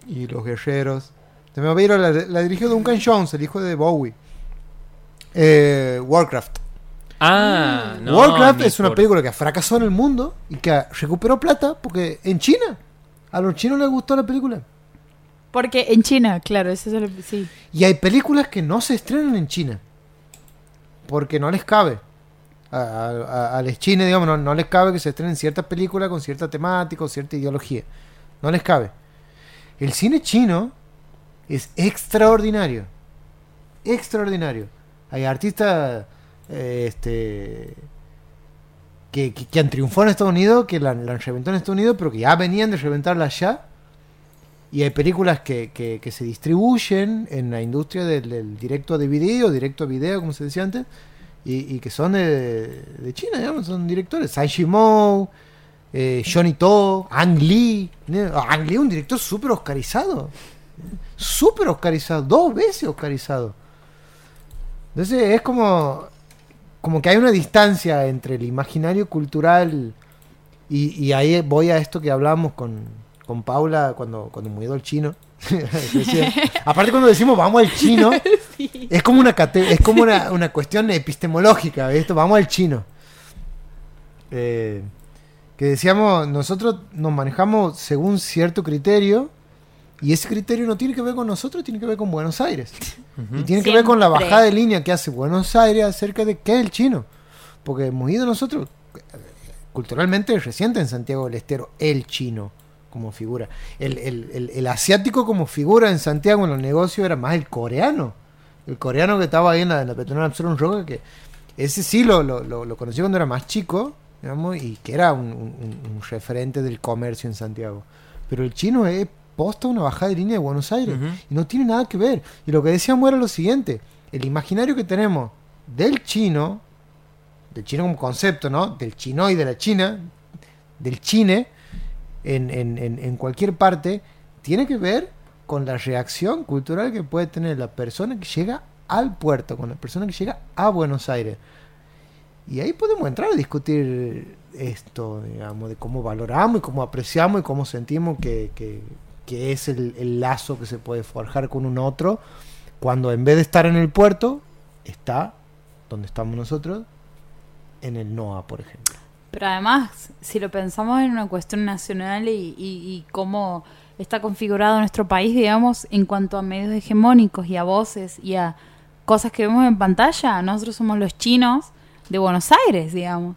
y los guerreros. Se me va a ir, la, la dirigió Duncan Jones, el hijo de Bowie. Eh, Warcraft.
Ah, no,
Warcraft
ni
es una
por-
película que fracasó en el mundo y que recuperó plata porque en China. A los chinos les gustó la película.
Porque en China, claro, eso es lo- sí.
Y hay películas que no se estrenan en China. Porque no les cabe. A, a- a los chinos, digamos, no, no les cabe que se estrenen ciertas películas con cierta temática o cierta ideología. No les cabe. El cine chino es extraordinario. Extraordinario. Hay artistas eh, este, que, que- que han triunfado en Estados Unidos, que la, la han reventado en Estados Unidos, pero que ya venían de reventarla allá. Y hay películas que, que- que se distribuyen en la industria del, del directo a DVD o directo a video, como se decía antes, y, y que son de, de China, digamos, son directores. Tsai Shimou, eh, Johnny To, Ang Lee. ¿no? Ang Lee es un director súper oscarizado. Súper oscarizado, dos veces oscarizado. Entonces es como, como que hay una distancia entre el imaginario cultural y, y ahí voy a esto que hablamos con, con Paula cuando, cuando murió el chino. Decía- Aparte cuando decimos vamos al chino, es como una cate- es como una, una cuestión epistemológica, ¿ves? esto vamos al chino. Eh, que decíamos, nosotros nos manejamos según cierto criterio, y ese criterio no tiene que ver con nosotros, tiene que ver con Buenos Aires. Y
Ujú.
tiene que ver con la
Siempre.
bajada de línea que hace Buenos Aires acerca de qué es el chino. Porque hemos ido nosotros, eh, culturalmente reciente en Santiago del Estero, el chino como figura. El, el- el- el asiático como figura en Santiago en los negocios era más el coreano. El coreano que estaba ahí en la, en la Petronal Absalom Roca, que ese sí lo, lo, lo- lo conocí cuando era más chico, digamos, y que era un, un- un- un referente del comercio en Santiago. Pero el chino es posta una bajada de línea de Buenos Aires.
Ujú.
Y no tiene nada que ver. Y lo que decíamos era lo siguiente: el imaginario que tenemos del chino, del chino como concepto, ¿no? Del chino y de la China, del chine, en, en- en- en cualquier parte, tiene que ver con la reacción cultural que puede tener la persona que llega al puerto, con la persona que llega a Buenos Aires. Y ahí podemos entrar a discutir esto, digamos, de cómo valoramos y cómo apreciamos y cómo sentimos que, que- que es el, el lazo que se puede forjar con un otro, cuando en vez de estar en el puerto, está donde estamos nosotros, en el NOA, por ejemplo.
Pero además, si lo pensamos en una cuestión nacional y, y- y cómo está configurado nuestro país, digamos, en cuanto a medios hegemónicos y a voces y a cosas que vemos en pantalla, nosotros somos los chinos de Buenos Aires, digamos.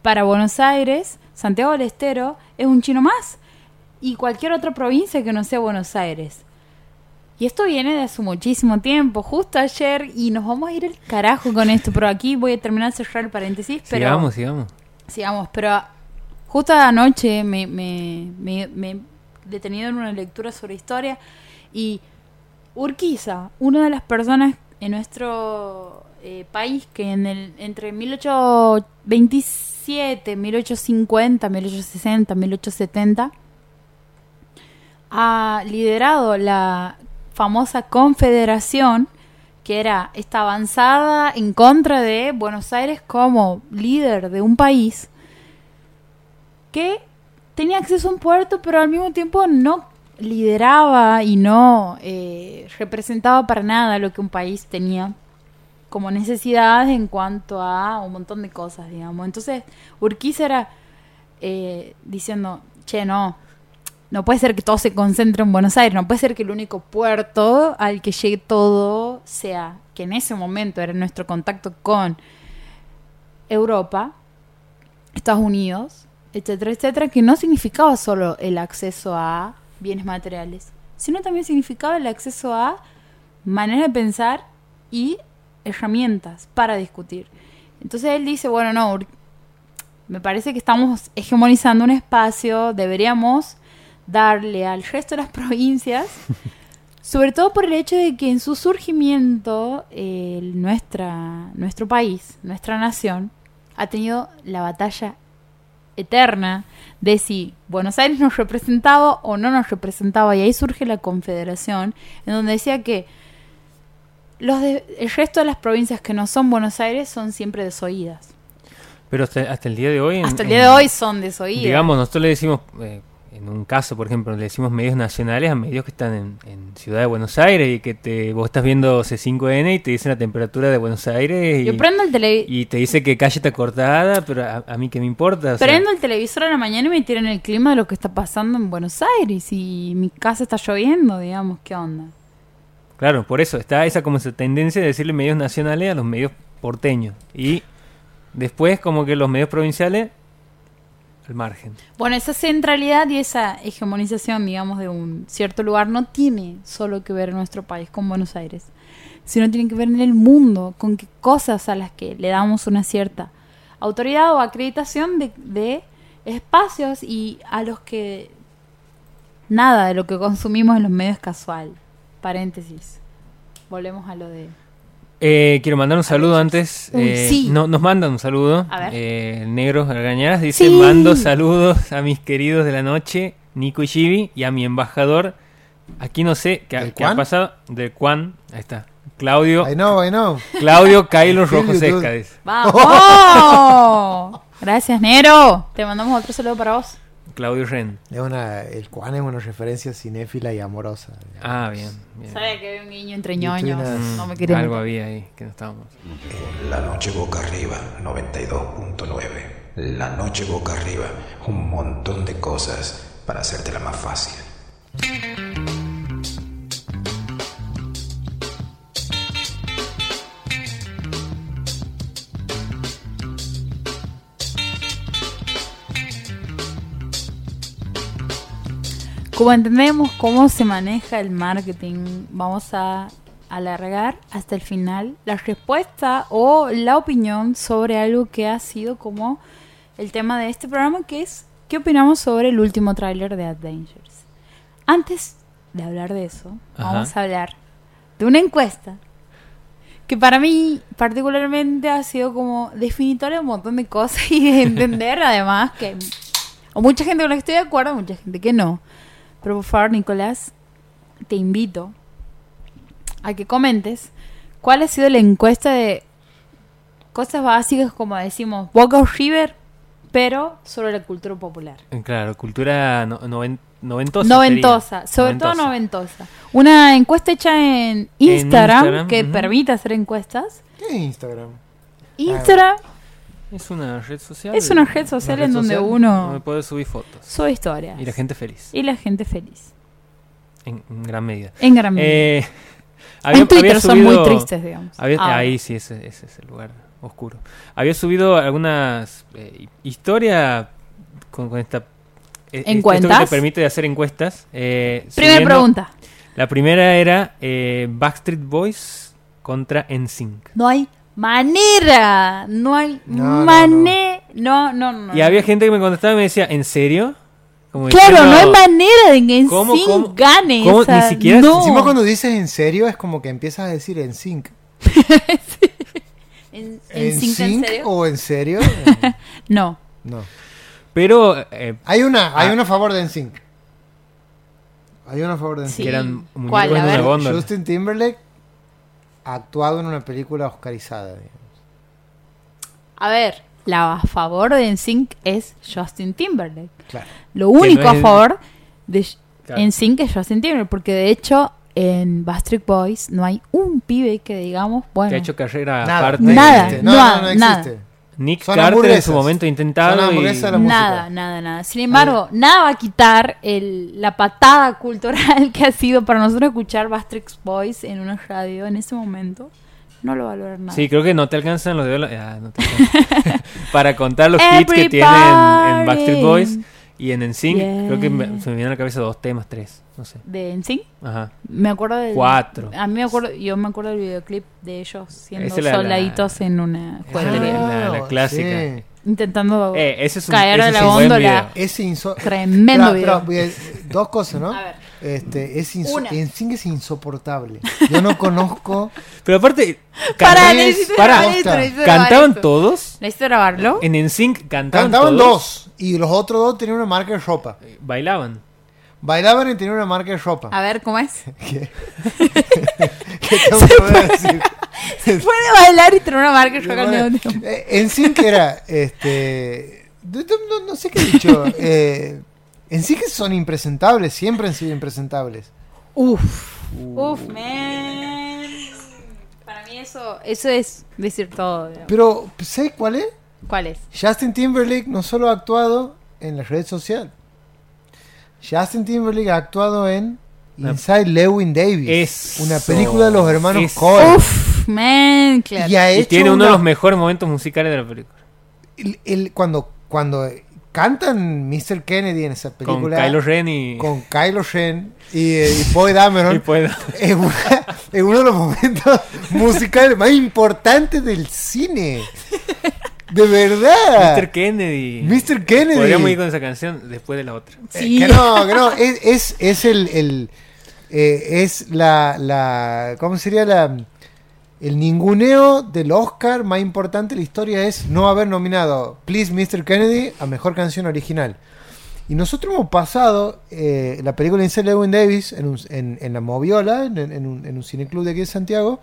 Para Buenos Aires, Santiago del Estero es un chino más y cualquier otra provincia que no sea Buenos Aires. Y esto viene de hace muchísimo tiempo, justo ayer, y nos vamos a ir al carajo con esto, pero aquí voy a terminar de cerrar el paréntesis, pero...
Sigamos, sigamos.
Sigamos, pero justo anoche me, me, me- me he detenido en una lectura sobre historia y Urquiza, una de las personas en nuestro eh, país que en el, entre 1827, 1850, 1860, 1870 ha liderado la famosa confederación que era esta avanzada en contra de Buenos Aires como líder de un país que tenía acceso a un puerto, pero al mismo tiempo no lideraba y no eh, representaba para nada lo que un país tenía como necesidades en cuanto a un montón de cosas, digamos. Entonces, Urquiza era eh, diciendo, che, no, no puede ser que todo se concentre en Buenos Aires, no puede ser que el único puerto al que llegue todo sea, que en ese momento era nuestro contacto con Europa, Estados Unidos, etcétera, etcétera, que no significaba solo el acceso a bienes materiales, sino también significaba el acceso a maneras de pensar y herramientas para discutir. Entonces él dice, bueno, no, Ur- me parece que estamos hegemonizando un espacio, deberíamos darle al resto de las provincias Sobre todo por el hecho de que en su surgimiento eh, nuestra, nuestro país, nuestra nación, ha tenido la batalla eterna de si Buenos Aires nos representaba o no nos representaba. Y ahí surge la Confederación, en donde decía que los de- el resto de las provincias que no son Buenos Aires son siempre desoídas.
Pero hasta, hasta el día de hoy... en-
Hasta el
en-
día de hoy son desoídas.
Digamos, nosotros le decimos, eh, en un caso, por ejemplo, le decimos medios nacionales a medios que están en, en Ciudad de Buenos Aires y que te, vos estás viendo C5N y te dicen la temperatura de Buenos Aires y,
Yo prendo el televisor.
y te dice que calle está cortada, pero a, a mí qué me importa. O sea,
Prendo el televisor a la mañana y me tiran el clima de lo que está pasando en Buenos Aires y mi casa está lloviendo, digamos, ¿qué onda?
claro, por eso está esa como esa tendencia de decirle medios nacionales a los medios porteños. Y después como que los medios provinciales al margen.
Bueno, esa centralidad y esa hegemonización, digamos, de un cierto lugar no tiene solo que ver nuestro país con Buenos Aires, sino tiene que ver en el mundo, con qué cosas a las que le damos una cierta autoridad o acreditación de, de espacios y a los que nada de lo que consumimos en los medios es casual. Paréntesis. Volvemos a lo de...
Eh, quiero mandar un saludo antes.
Uy,
Eh,
sí.
no- nos mandan un saludo.
A ver.
Eh, Negros Argañaras dice:
Sí.
Mando saludos a mis queridos de la noche, Nico y Chibi, y a mi embajador. Aquí no sé qué, ha-
¿Del
qué ha
Juan?
pasado. Del Juan. Ahí está. Claudio,
I know, I know.
Claudio Cailo
Feel you,
Rojo Sesca.
dude.
dice.
¡Vamos! Gracias, Nero. Te mandamos otro saludo para vos.
Claudio Ren.
Es una, el Juan es una referencia cinéfila y amorosa.
Ah, bien. bien.
Sabía que había un guiño entre
Y tú
ñoños.
nada.
Mm,
No me quería
Algo
meter.
había ahí que no estábamos.
La noche boca arriba, 92.9. La noche boca arriba, un montón de cosas para hacértela más fácil.
Como entendemos cómo se maneja el marketing, vamos a alargar hasta el final la respuesta o la opinión sobre algo que ha sido como el tema de este programa, que es qué opinamos sobre el último tráiler de Adventures. Antes de hablar de eso,
Ajá.
vamos a hablar de una encuesta que para mí particularmente ha sido como definitoria de un montón de cosas y de entender además que o mucha gente con la que estoy de acuerdo, mucha gente que no. Pero por favor, Nicolás, te invito a que comentes cuál ha sido la encuesta de cosas básicas como decimos Boca o River, pero sobre la cultura popular.
Eh, Claro, cultura no- noven- noventosa.
Noventosa,
sería.
sobre todo
Noventosa.
noventosa. Una encuesta hecha en Instagram,
Instagram,
que
ujú. Ah,
permite hacer encuestas.
¿Qué es Instagram?
Instagram
Es una red social.
es una red social
red
en donde
social,
Me
uno
puede subir fotos.
sube historias
Y la gente feliz.
y la gente feliz.
En, en gran medida.
En gran medida.
Eh, había-
en Mm. Twitter
había
son muy
subido-
tristes, Ah, digamos.
había-
Ahora.
Ahí sí, ese, ese es el lugar oscuro. Había subido algunas eh, historias con, con esta... eh, esto-
¿Encuentas?
esto que te permite hacer encuestas. eh,
Primera
subiendo-
pregunta.
La primera era eh, Backstreet Boys contra NSYNC.
No hay manera. No hay
No, no,
manera. No, no, no.
Y había gente que me contestaba y me decía, ¿en serio? Como
Ah. Claro,
diciendo,
no hay manera de que en
¿Cómo,
Sync
cómo,
gane.
cómo?
esa-
Ni siquiera-
no.
Encima cuando dices en serio es como que empiezas a decir en sync.
¿En, en
¿En
Sync, en
sync
serio?
o en serio?
No.
no.
Pero eh,
Hay una, hay
Ah.
una a favor de en sync. Hay una a favor de en
Sí.
que eran
¿Cuál?
muñecos
A
en una
ver.
góndola.
Justin Timberlake ha actuado en una película oscarizada. digamos.
A ver, la a favor de NSYNC es Justin Timberlake.
Claro.
Lo único
no
a
es-
favor de
Claro.
NSYNC es Justin Timberlake. Porque de hecho, en Bastric Boys no hay un pibe que digamos, bueno.
Que ha hecho carrera
Nada,
Ah, aparte.
no
Nada,
existe.
no
No,
ha-
no, no
nada.
existe.
Nick
Son
Carter en su
hamburguesas.
momento intentado
Son
y-
hamburguesas de la música.
Nada, nada, nada. Sin embargo, nada va a quitar el- la patada cultural que ha sido para nosotros escuchar Bastrix Boys en una radio en ese momento. No lo va a lograr nada.
Sí, creo que no te alcanzan los dedos. Ah, no te alcanzan. Para contar los hits que
Everybody.
tienen en Backstreet Boys y en NSYNC,
Yeah.
creo que me- se me vienen a la cabeza dos temas, tres, no sé.
De NSYNC,
Ajá.
me acuerdo del
Cuatro.
A mí me acuerdo, yo me acuerdo del videoclip de ellos siendo
Esa es la- la-
soldaditos en una cuadrilla,
Pues la- la clásica.
sí.
intentando
Eh, ese es un,
Caer
ese
de
es
la
un buen
góndola.
video.
Ese inso-
tremendo
Pero- pero
video.
voy a- dos cosas, ¿no?
A ver.
Este, es inso-
Una.
en sí que es insoportable. Yo no conozco.
Pero aparte,
Pará,
cantaban-
necesito
pará,
grabar esto,
posta.
necesito grabar
cantaban
esto.
todos.
Necesito grabarlo.
En NSYNC cantaban, todos, Eh,
Cantaban dos y los otros dos tenían una marca de ropa.
Bailaban.
Bailaban y tenían una marca de ropa.
A ver, ¿cómo es?
¿Qué? ¿Qué te voy a decir?
Puede bailar y tener una marca yo acá
Bueno,
no-
eh, En sí que era, este, de- de- no, no sé qué he dicho. eh, en sí que son impresentables, siempre han sido impresentables.
Uf. Uf, man. Para mí eso, eso es decir todo. digamos.
Pero, ¿sabes cuál es?
¿Cuál es?
Justin Timberlake no solo ha actuado en la red social. Justin Timberlake ha actuado en Inside Lewin Davis,
Eso.
una película de los hermanos
Eso.
Coen.
Uf, man, claro.
Y ha
Y
hecho
tiene uno
una-
de los mejores momentos musicales de la película.
el- el- cuando cuando cantan Mr. Kennedy en esa
Con
película
Kylo Ren y.
con Kylo Ren y, eh, y Boy Dameron
y pues, puedo-
es, una- es uno de los momentos musicales más importantes del cine. De verdad.
Mr. Kennedy.
Mr. Kennedy.
Podríamos ir con esa canción después de la otra.
Sí.
Eh, Que no, que no, es, es, es el, el, eh, es la, la, ¿cómo sería la, el ninguneo del Oscar más importante de la historia es no haber nominado Please Mr. Kennedy a Mejor Canción Original. Y nosotros hemos pasado eh, la película Inside Lewin Davis en, un- en- en la Moviola, en, en un, en un cineclub de aquí de Santiago,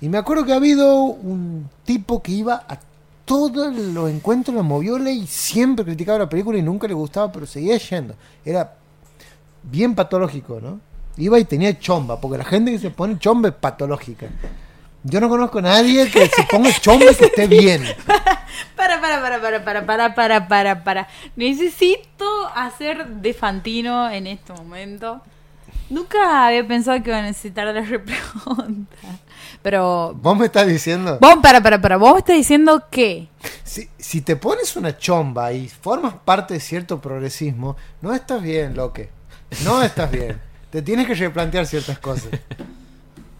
y me acuerdo que ha habido un tipo que iba a todos los encuentros de la Moviola y siempre criticaba la película y nunca le gustaba, pero seguía yendo. Era bien patológico, ¿no? Iba y tenía chomba, porque la gente que se pone chomba es patológica. Yo no conozco a nadie que se ponga chomba y que esté bien.
Para, para, para, para, para, para, para, para, para. Necesito hacer de Fantino en este momento. Nunca había pensado que iba a necesitar la repregunta. Pero.
Vos me estás diciendo,
Vos, para, para, para. Vos me estás diciendo que.
si, si te pones una chomba y formas parte de cierto progresismo, no estás bien, loque. No estás bien. Te tienes que replantear ciertas cosas.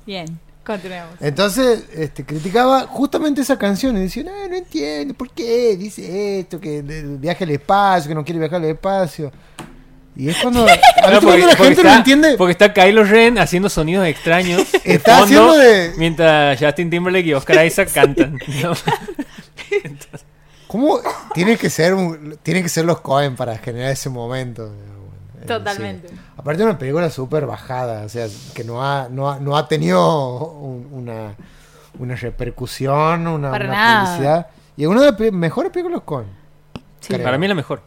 Bien, continuemos.
Entonces, este, criticaba justamente esa canción y decía, no, no entiendo, ¿por qué? Dice esto, que eh, viaje al espacio, que no quiere viajar al espacio. Y es cuando, a
Ahora,
veces cuando la gente
está,
no entiende.
Porque está Kylo Ren haciendo sonidos extraños. de
Está haciendo de-
Mientras Justin Timberlake y Oscar Isaac cantan. ¿no?
¿Cómo tiene que ser un- tienen que ser los Cohen para generar ese momento? digamos, en el
Totalmente.
cine? Aparte de una película súper bajada, o sea, que no ha, no ha, no ha tenido un- una, una repercusión, una,
Para
una
nada.
publicidad. Y es una de las pe- mejores películas Cohen.
Sí.
creo.
Para mí es la mejor.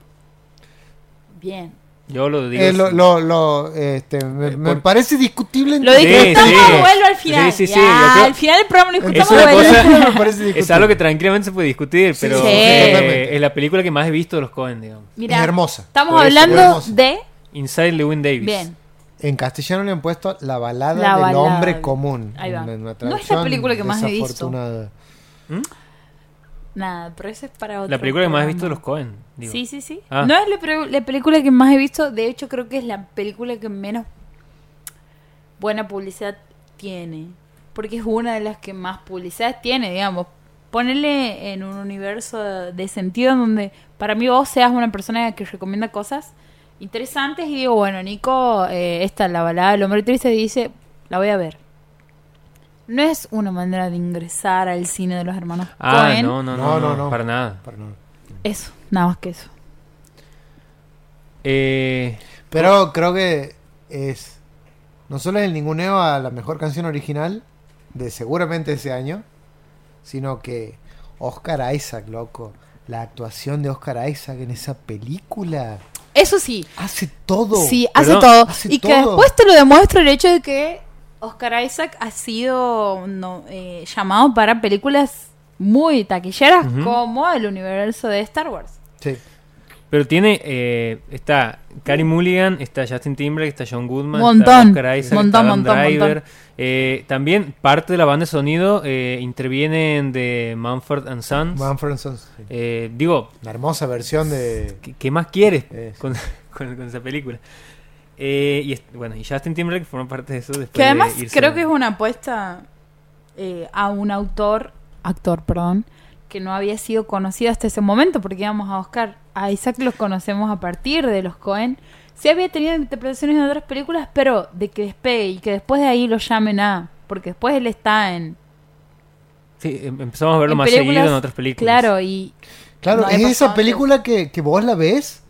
Bien.
Yo lo digo.
Eh,
así.
lo, lo- lo, este, me, me
por-
parece discutible.
Lo
Sí,
discutamos
sí.
vuelvo al final.
Sí, sí,
Ya,
sí, yo creo-
al final del programa lo
Es
discutamos
una
vuelvo.
cosa-
me parece discutible.
Es algo que tranquilamente se puede discutir, pero
sí,
eh,
totalmente.
es la película que más he visto de los Cohen, digamos.
Mirá,
Es hermosa.
Estamos
Por eso,
es
hablando
hermosa.
de.
Inside Lewin Davis.
Bien.
En castellano le han puesto La balada
La
del
balada.
hombre común.
Ahí va.
una- una
No es la
traducción
película que más he visto.
desafortunada.
Nada, pero eso es para otro.
La película que más he
programa.
visto de los Cohen. digo.
Sí, sí, sí.
Ah.
No es la, pre- la película que más he visto. De hecho, creo que es la película que menos buena publicidad tiene. Porque es una de las que más publicidad tiene, digamos. Ponerle en un universo de sentido en donde para mí vos seas una persona que recomienda cosas interesantes y digo, bueno, Nico, eh, esta, la balada del hombre triste, dice, la voy a ver. No es una manera de ingresar al cine de los hermanos
Ah,
Coen.
no, no, no,
No, no,
no,
no.
Para nada.
Perdón.
Eso, nada más que eso.
Eh,
Pero creo que es. No solo es el ninguneo a la mejor canción original de seguramente ese año, sino que Oscar Isaac, loco. La actuación de Oscar Isaac en esa película
Eso sí,
hace todo.
Sí,
Pero
hace
no,
todo.
hace
y que
todo.
después te lo demuestra el hecho de que Oscar Isaac ha sido no, eh, llamado para películas muy taquilleras
Ujú.
como el universo de Star Wars.
Sí.
pero tiene. eh, está Carey Mulligan, está Justin Timberlake, está John Goodman,
Montón.
está Oscar Isaac,
Montón,
está Adam
montón,
Driver.
montón.
Eh, también parte de la banda de sonido eh, intervienen de Mumford and Sons.
Manfred Sons, sí.
Eh, digo,
La hermosa versión de.
¿qué, qué más quieres
Es.
con, con- con esa película? Eh, y es- bueno, y Justin Timberlake formó parte de eso. Después
Que además
de irse-
creo que es una apuesta eh, a un autor, actor, perdón, que no había sido conocido hasta ese momento, porque íbamos a Oscar. A Isaac los conocemos a partir de los Cohen. Sí había tenido interpretaciones en otras películas, pero de que despegue y que después de ahí lo llamen a... Porque después él está en...
Sí, em- empezamos a verlo
en
más seguido en otras películas.
Claro, y...
Claro,
no había
es
pasado
esa
antes.
película que, que vos la ves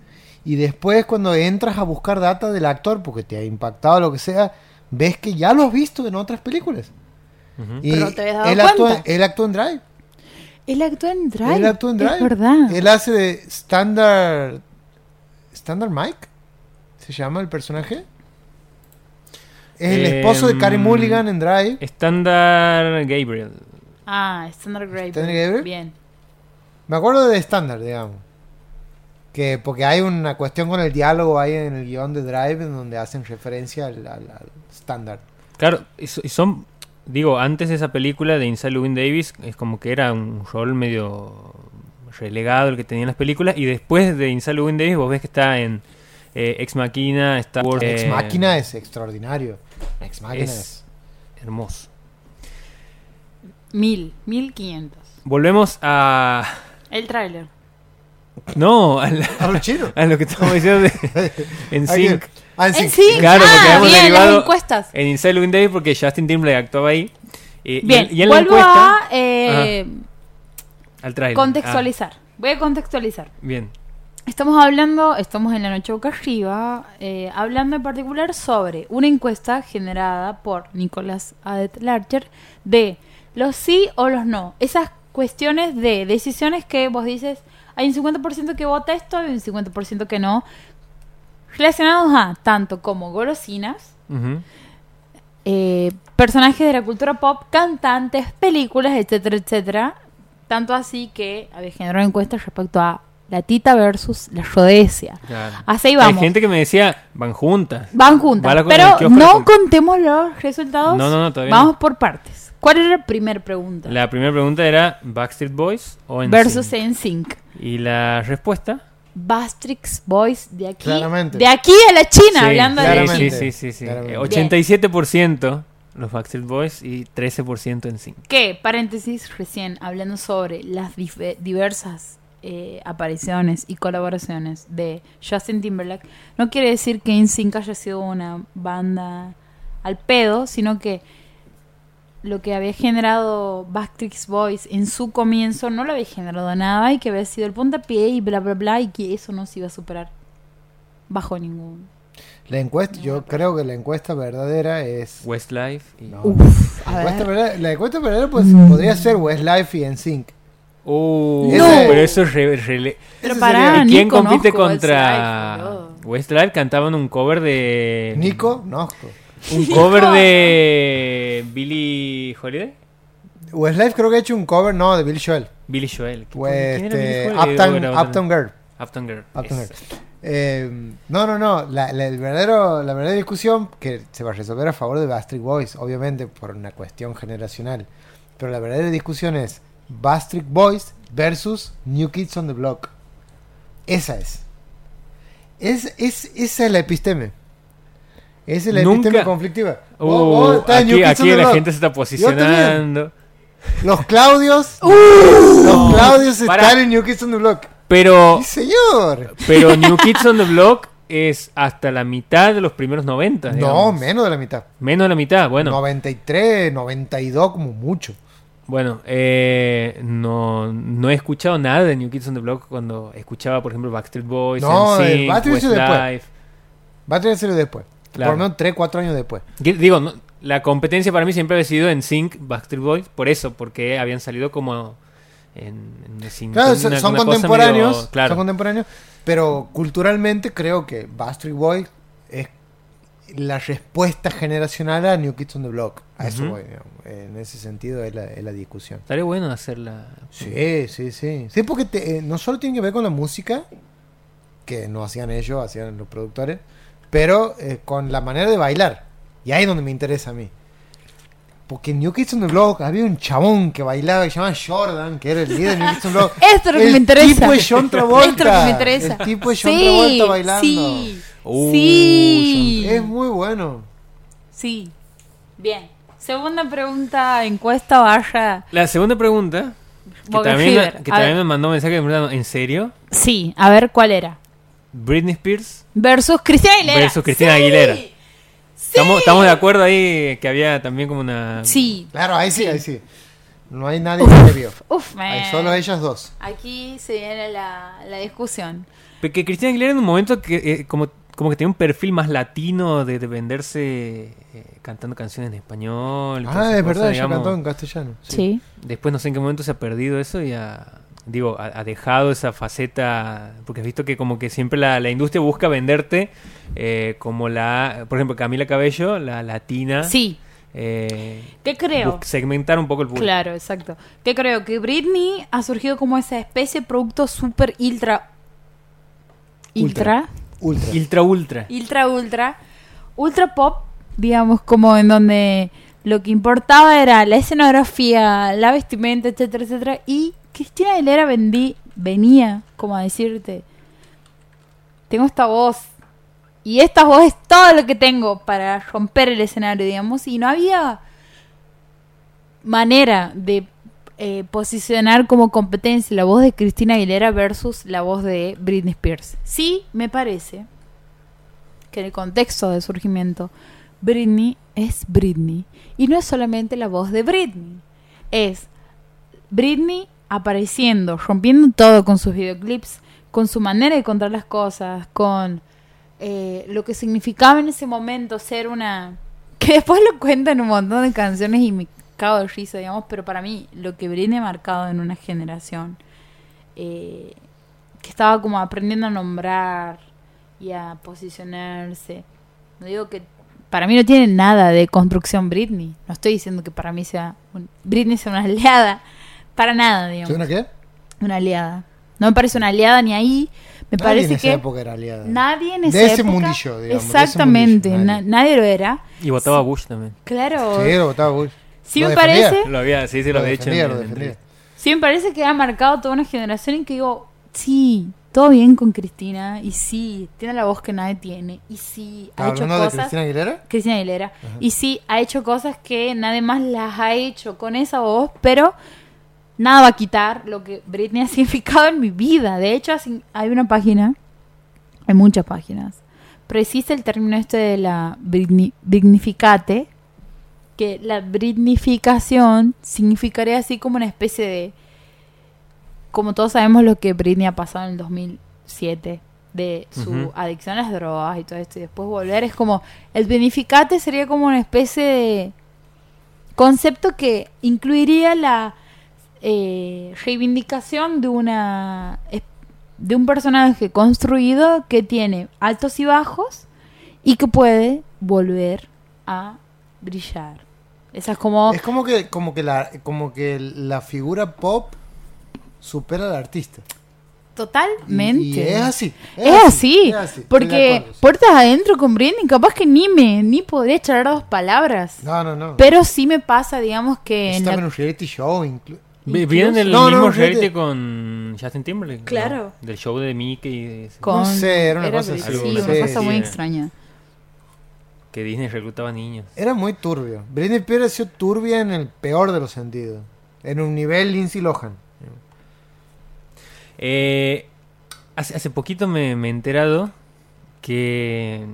y después cuando entras a buscar data del actor porque te ha impactado lo que sea, ves que ya lo has visto en otras películas.
Ujú.
Y
Pero no te habías dado
él, actúa,
cuenta.
él actúa en Drive.
Él actúa en Drive.
Él actúa en Drive.
Es verdad.
Él hace de Standard. ¿Standard Mike? ¿Se llama el personaje? Es el esposo de Karen
Em,
Mulligan en Drive.
Estándar Gabriel.
Ah, Standard Grave.
Standard Graver.
Bien.
Me acuerdo de Standard, digamos. Que porque hay una cuestión con el diálogo ahí en el guión de Drive en donde hacen referencia al, al- al Standard.
Claro, y so- y son. Digo, antes de esa película de Inside Llewyn Davis, es como que era un rol medio relegado el que tenía en las películas. Y después de Inside Llewyn Davis, vos ves que está en eh, Ex Machina, Star Wars.
Ex
eh,
Máquina es extraordinario. Ex Máquina es...
Es hermoso.
Mil. Mil quinientos.
Volvemos a.
El tráiler.
No, a, la-
Hablo chino.
a lo que estamos diciendo de- en Sync.
Ahí viene. Ah, en
En
Sync.
sí.
Claro, porque
ah,
habíamos
bien,
derivado-
las encuestas.
En Inside Llewyn Davis, porque Justin Timberlake actuaba ahí. Eh, y
Bien,
en- y en la
vuelvo
encuesta.
a eh,
Al trailer.
contextualizar. Voy a contextualizar.
Ah, bien.
Estamos hablando, estamos en la noche boca arriba, eh, hablando en particular sobre una encuesta generada por Nicolás Adet Larcher de los sí o los no. Esas cuestiones de decisiones que vos dices, hay un 50% que vota esto, hay un 50% que no, relacionados a tanto como golosinas,
Ujú.
eh, personajes de la cultura pop, cantantes, películas, etcétera, etcétera. Tanto así que había generado encuestas respecto a la tita versus la rodecia.
Claro.
Así vamos.
Hay gente que me decía, van juntas.
Van juntas.
Va la- el
pero
kiosco
no
la-
contemos los resultados.
No, no, no, todavía
Vamos
no.
por partes. ¿Cuál era la primera pregunta?
La primera pregunta era Backstreet Boys o NSYNC.
versus en sync.
Y la respuesta,
Bastrix Boys de aquí.
Claramente.
De aquí a la China,
Sí,
hablando
sí,
de
claramente.
sí,
NSYNC.
sí, sí, sí.
Claramente.
Eh, 87% los Backstreet Boys y 13% en sync.
Que, paréntesis, recién hablando sobre las dif- diversas eh, apariciones y colaboraciones de Justin Timberlake, no quiere decir que InSync haya sido una banda al pedo, sino que lo que había generado Backstreet Boys en su comienzo no lo había generado nada y que había sido el puntapié y bla bla bla y que eso no se iba a superar bajo ningún.
La encuesta, yo creo que la encuesta verdadera es.
Westlife y...
No.
Uf,
La
a
encuesta
ver.
verdadera, la encuesta verdadera, pues, podría ser Westlife y NSYNC.
Uh,
No.
Pero eso es... re- re-
Pero
Ese
pará,
sería-
¿Y
ni
quién compite
conozco
contra
Ah, Westlife, boludo.
Westlife? Cantaban un cover de...
Nico, no.
Un cover de Billy Holiday.
Westlife creo que ha hecho un cover, no, de Bill Joel.
Billy Joel. ¿Qué-
Pues,
quién era Billy
este,
Joel? Eh,
Uptown,
era otra-
Uptown Girl.
Uptown Girl.
Uptown Girl.
esa.
Eh, no, no, no. La, la- el verdadero, la verdadera discusión que se va a resolver a favor de Bastric Boys, obviamente, por una cuestión generacional. Pero la verdadera discusión es Bastric Boys versus New Kids on the Block. Esa es. es, es esa es la episteme. Esa es la
Nunca-
episteme conflictiva.
Uh,
Vos- vos estás en Oh, New
aquí
Kids on
aquí
the
la
Block.
gente se está posicionando. Uh,
Los Claudios. los Claudios
Pará.
están en New Kids on the Block.
Pero,
¡Sí, señor!
pero New Kids on the Block es hasta la mitad de los primeros 90.
No,
digamos.
menos de la mitad.
Menos de la mitad, bueno.
93, 92 como mucho.
Bueno, eh, no, no he escuchado nada de New Kids on the Block cuando escuchaba, por ejemplo, Backstreet Boys,
No, el
NSYNC,
Backstreet hizo después.
Westlife.
Va a tener serio después.
Claro.
Por lo menos 3, 4 años después.
Que- Digo, no, la competencia para mí siempre había sido en Sync, Backstreet Boys, por eso, porque habían salido como en, en sintonía,
Claro, son, son
una cosa
contemporáneos.
medio- claro.
Son contemporáneos. Pero culturalmente creo que Bastard Boy es la respuesta generacional a New Kids on the Block. A eso
Ujú.
voy, digamos. En ese sentido es la, es la discusión.
Estaría bueno hacerla.
Sí, sí, sí. Sí, porque te- eh, no solo tiene que ver con la música, que no hacían ellos, hacían los productores, pero eh, con la manera de bailar. Y ahí es donde me interesa a mí. Porque en New Kids on the Block había un chabón que bailaba que se llamaba Jordan, que era el líder de New Kids on the Block.
Esto es lo que
El
me interesa.
tipo es John Travolta.
Esto es lo que me interesa.
El tipo es John
Sí,
Travolta bailando.
Sí.
Uh,
sí.
Es muy bueno.
Sí. Bien. Segunda pregunta, encuesta barra.
La segunda pregunta, que
Boca
también,
River.
que
A
también
ver.
me mandó un mensaje preguntando, ¿en serio?
Sí, a ver cuál era.
Britney Spears
Versus Cristina Aguilera.
versus Cristina
Sí,
Aguilera.
sí.
Estamos, estamos de acuerdo ahí que había también como una...
Sí.
Claro, ahí sí,
Sí.
ahí sí. No hay nadie que te vio.
Uf,
Hay
man.
solo ellas dos.
Aquí se viene la, la discusión.
Porque Cristina Aguilera en un momento que eh, como, como que tenía un perfil más latino de, de venderse eh, cantando canciones en español. y todas
Ah,
esas
es verdad,
cosas,
ella
pues, digamos.
cantó en castellano.
Sí.
Después no sé en qué momento se ha perdido eso y ha, digo, ha, ha dejado esa faceta, porque has visto que como que siempre la, la industria busca venderte eh, como la, por ejemplo, Camila Cabello, la latina.
Sí.
eh,
¿Qué creo?
bus- Segmentar un poco el público.
Claro, exacto. Que creo que Britney ha surgido como esa especie de producto súper ultra. Ultra.
Ultra.
Ultra, ultra.
Ultra, ultra. Ultra pop, digamos, como en donde lo que importaba era la escenografía, la vestimenta, etcétera, etcétera. Y Cristina Aguilera vendí, venía como a decirte: Tengo esta voz. Y esta voz es todo lo que tengo para romper el escenario, digamos. Y no había manera de eh, posicionar como competencia la voz de Cristina Aguilera versus la voz de Britney Spears. Sí, me parece que en el contexto de surgimiento, Britney es Britney. Y no es solamente la voz de Britney, es Britney apareciendo, rompiendo todo con sus videoclips, con su manera de contar las cosas, con eh, lo que significaba en ese momento ser una... Que después lo cuentan un montón de canciones y me cago de risa, digamos, pero para mí lo que Britney ha marcado en una generación, eh, que estaba como aprendiendo a nombrar y a posicionarse. No digo que... Para mí no tiene nada de construcción Britney. No estoy diciendo que para mí sea... un- Britney sea una aliada. Para nada, digamos.
¿Soy una qué?
Una aliada. No me parece una aliada ni ahí. Me
Nadie
parece
en esa
que
época era aliada.
nadie en
De
esa
ese
época-
mundillo, digamos, de ese
exactamente.
mundillo,
na-
nadie.
nadie. lo era.
Y votaba a Bush también.
Claro.
Sí, lo votaba Bush.
Sí
Lo
me
defendía,
parece.
Lo había, sí, sí, lo,
Lo
había hecho.
defendía,
en-
lo
en-
defendía.
Sí me parece que ha marcado toda una generación en que digo, sí, todo bien con Cristina. Y sí, tiene la voz que nadie tiene. Y sí, ha
¿Estaba
hecho
hablando de
cosas.
Cristina Aguilera?
Cristina Aguilera. Y sí, ha hecho cosas que nadie más las ha hecho con esa voz, pero nada va a quitar lo que Britney ha significado en mi vida. De hecho, así- hay una página, hay muchas páginas, pero existe el término este de la Britney, Britnificate, que la Britnificación significaría así como una especie de como todos sabemos lo que Britney ha pasado en el 2007 de su
Ujú.
adicción a las drogas y todo esto y después volver es como el beneficate sería como una especie de concepto que incluiría la eh, reivindicación de una es- de un personaje construido que tiene altos y bajos y que puede volver a brillar esa es como
Es como que, como, que la, como que la figura pop supera al artista. Y-
totalmente
Y, es así.
Es, así,
es así, estoy de
porque
acuerdo, sí.
puertas adentro con Britney, capaz que ni me, ni podría echar dos palabras.
No, no, no.
Pero sí me pasa, digamos que... en
Estaba
la-
en un reality show. inclu-
Vi- ¿Vieron el
No, no,
mismo
fíjate.
reality con Justin Timberlake?
Claro.
¿no? Del show de Mickey y de-
con-
no sé, era una cosa
Britney,
así,
sí,
no
una
sé,
cosa
sí,
muy
eh.
extraña.
que Disney reclutaba niños.
Era muy turbio. Britney Spears ha sido turbia en el peor de los sentidos. En un nivel Lindsay Lohan.
Eh, hace, hace poquito me, me he enterado que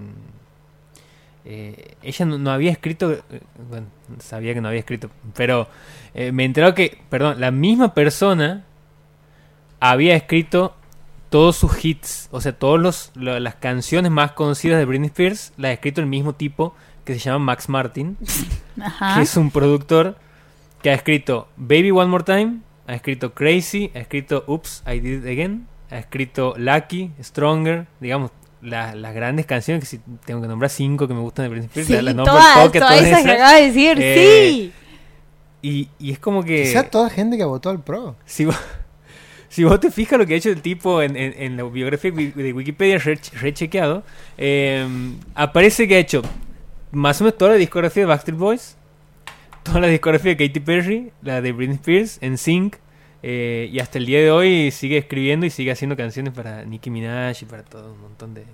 eh, ella no, no había escrito, eh, bueno, sabía que no había escrito, pero eh, me he enterado que, perdón, la misma persona había escrito todos sus hits, o sea, todas las canciones más conocidas de Britney Spears, las ha escrito el mismo tipo que se llama Max Martin.
Ajá.
que es un productor que ha escrito Baby One More Time, ha escrito Crazy, ha escrito Oops, I Did It Again, ha escrito Lucky, Stronger, digamos, la- las grandes canciones que si tengo que nombrar cinco que me gustan de Britney Spears,
Sí,
las nombro al
todas,
toque,
todas esas que acabas de decir,
Eh,
sí.
Y, y es como que...
Quizá toda gente que votó al pro.
Si vos, si vos te fijas lo que ha hecho el tipo en, en- en la biografía wi- de Wikipedia re- rechequeado, eh, aparece que ha hecho más o menos toda la discografía de Backstreet Boys, toda la discografía de Katy Perry, la de Britney Spears, en Sync, eh, y hasta el día de hoy sigue escribiendo y sigue haciendo canciones para Nicki Minaj y para todo un montón de...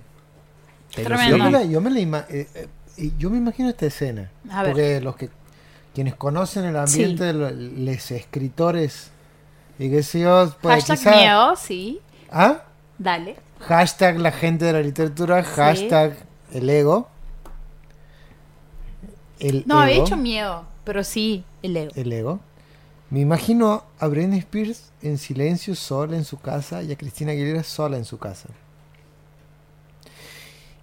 Taylor
Tremendo.
Yo me,
Bueno.
la-
Swift.
yo me la ima- eh, eh, eh, yo me imagino esta escena.
A ver.
Porque los que quienes conocen el ambiente de los les escritores y qué sé yo, pues
Hashtag
quizá-
miedo, sí.
¿Ah?
Dale.
Hashtag la gente de la literatura, hashtag el ego. El
No, había
ego,
hecho miedo, pero sí el ego.
El ego. Me imagino a Britney Spears en silencio, sola en su casa, y a Cristina Aguilera sola en su casa.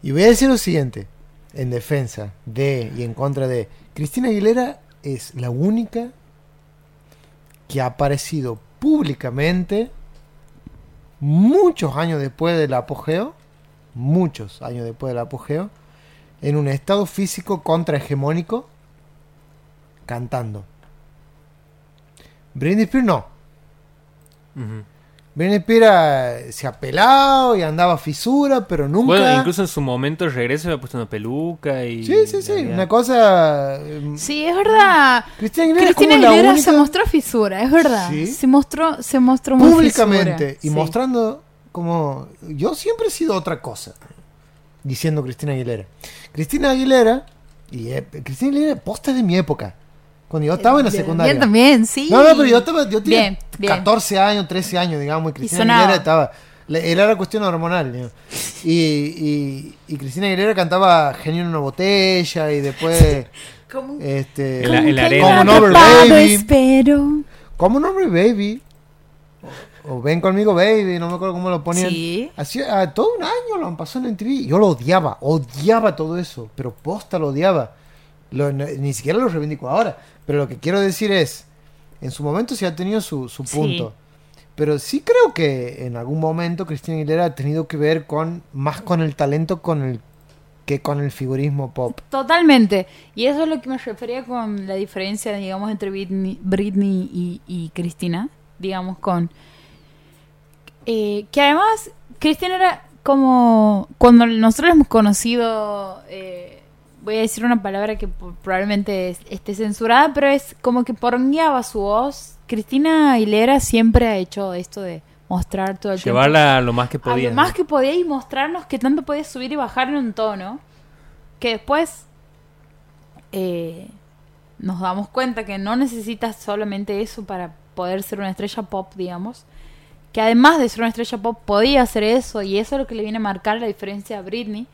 Y voy a decir lo siguiente, en defensa de y en contra de. Cristina Aguilera es la única que ha aparecido públicamente muchos años después del apogeo, muchos años después del apogeo, en un estado físico contrahegemónico, cantando. Britney Spears no.
Ujú.
Britney Spears eh, se ha pelado y andaba a fisura, pero nunca...
Bueno, incluso en su momento el regreso me ha puesto una peluca y...
Sí, sí, sí.
había-
Una cosa... eh,
Sí, es verdad.
Cristina Aguilera es
Cristina
como la
Aguilera
única
se mostró fisura, es verdad.
Sí.
Se mostró, se mostró muy
públicamente
fisura,
y
sí.
mostrando como yo siempre he sido otra cosa diciendo Cristina Aguilera Cristina Aguilera y eh, Cristina Aguilera posta de mi época cuando yo estaba en la
Bien,
secundaria
Bien también, sí.
no no pero yo estaba yo tenía
Bien, bien.
14 años 13 años digamos y Cristina
sonaba.
Aguilera estaba le- era la cuestión hormonal digamos. y, y, y Cristina Aguilera cantaba genio en una botella y después
Como un-
este
En la- en la
como un genio
arena. Como un over
atrapado,
baby.
espero.
como nombre baby o, o ven conmigo baby no me acuerdo cómo lo ponían
Sí.
Así, a todo un año lo han pasado en MTV yo lo odiaba odiaba todo eso pero posta lo odiaba Lo- no- ni siquiera lo reivindico ahora pero lo que quiero decir es en su momento se ha tenido su, su
Sí.
punto pero sí creo que en algún momento Cristina Aguilera ha tenido que ver con más con el talento con el que con el figurismo pop
Totalmente. Y eso es lo que me refería con la diferencia, digamos, entre Britney, Britney y, y Cristina. Digamos, con. eh, que además, Cristina era como. Cuando nosotros hemos conocido. eh, voy a decir una palabra que po- probablemente es- esté censurada, pero es como que porneaba su voz. Cristina Aguilera siempre ha hecho esto de mostrar todo el tiempo
Llevarla lo más que podía.
Además que podía y mostrarnos que tanto podía subir y bajar en un tono, que después eh, nos damos cuenta que no necesitas solamente eso para poder ser una estrella pop, digamos. Que además de ser una estrella pop podía hacer eso y eso es lo que le viene a marcar la diferencia a Britney.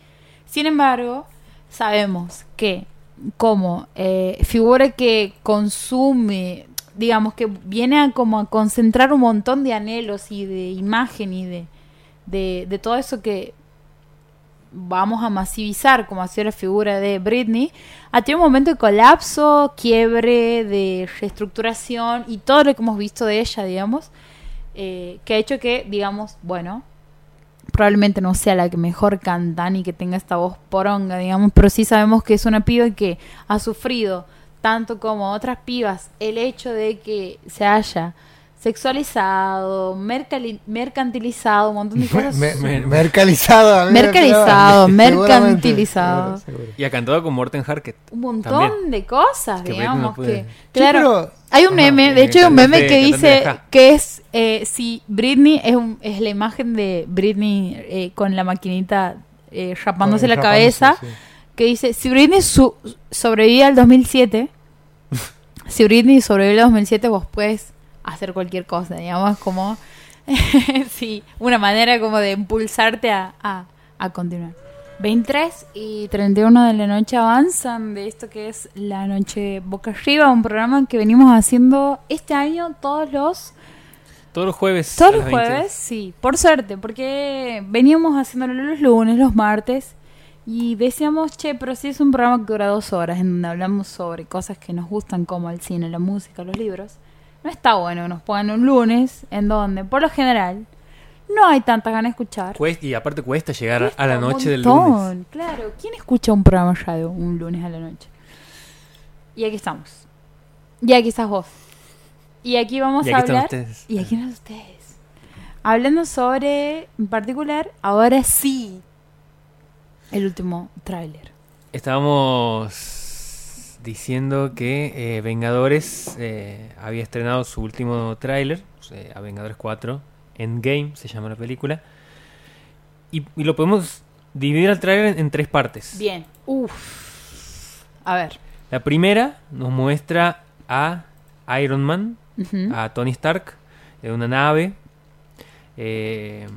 Sin embargo, sabemos que como eh, figura que consume, digamos que viene a como a concentrar un montón de anhelos y de imagen y de, de, de todo eso que vamos a masivizar, como ha sido la figura de Britney, ha tenido un momento de colapso, quiebre, de reestructuración y todo lo que hemos visto de ella, digamos, eh, que ha hecho que, digamos, bueno, probablemente no sea la que mejor canta ni que tenga esta voz poronga, digamos, pero sí sabemos que es una piba que ha sufrido, tanto como otras pibas, el hecho de que se haya sexualizado, mercali- mercantilizado, un montón de cosas.
Me- me- mercalizado. a mí me
Mercalizado,
pegaba. Seguramente,
mercantilizado.
seguro, seguro.
Y ha cantado con Morten Harket.
un montón
También.
de cosas,
que Britney
digamos
no puede.
que. Claro.
pero-
hay un
Ajá,
meme, de
eh,
hecho hay un
cantante-
meme que dice
cantante de Ja.
que es eh, si Britney es, un- es la imagen de Britney eh, con la maquinita eh, rapándose la
Rapándose,
cabeza,
sí.
que dice, si Britney su- sobrevive al 2007, si Britney sobrevive al 2007, vos puedes hacer cualquier cosa, digamos, como, sí, una manera como de impulsarte a, a- a continuar. 23 y 31 de la noche avanzan de esto que es La Noche Boca Arriba, un programa que venimos haciendo este año todos los
Todos los jueves.
todos
a
los
las 20.
jueves, sí, por suerte, porque veníamos haciéndolo los lunes, los martes, y decíamos, che, pero si es un programa que dura dos horas, en donde hablamos sobre cosas que nos gustan, como el cine, la música, los libros, no está bueno que nos pongan un lunes, en donde, por lo general, no hay tantas ganas de escuchar.
Cuest- y aparte cuesta llegar a- a la
Cuesta un
noche del
montón,
lunes.
Claro, ¿quién escucha un programa de radio un lunes a la noche? Y aquí estamos. Y aquí estás vos. Y aquí vamos
Y
a
aquí están
hablar.
ustedes.
Y aquí están ustedes. Hablando sobre, en particular, ahora sí, el último tráiler.
Estábamos diciendo que eh, Vengadores eh, había estrenado su último tráiler, eh, a Vengadores 4, Endgame se llama la película, y, y lo podemos dividir al tráiler en, en tres partes.
Bien. Uf. A ver.
La primera nos muestra a Iron Man,
Ah.
Ujú.
a Tony Stark, en una nave, eh,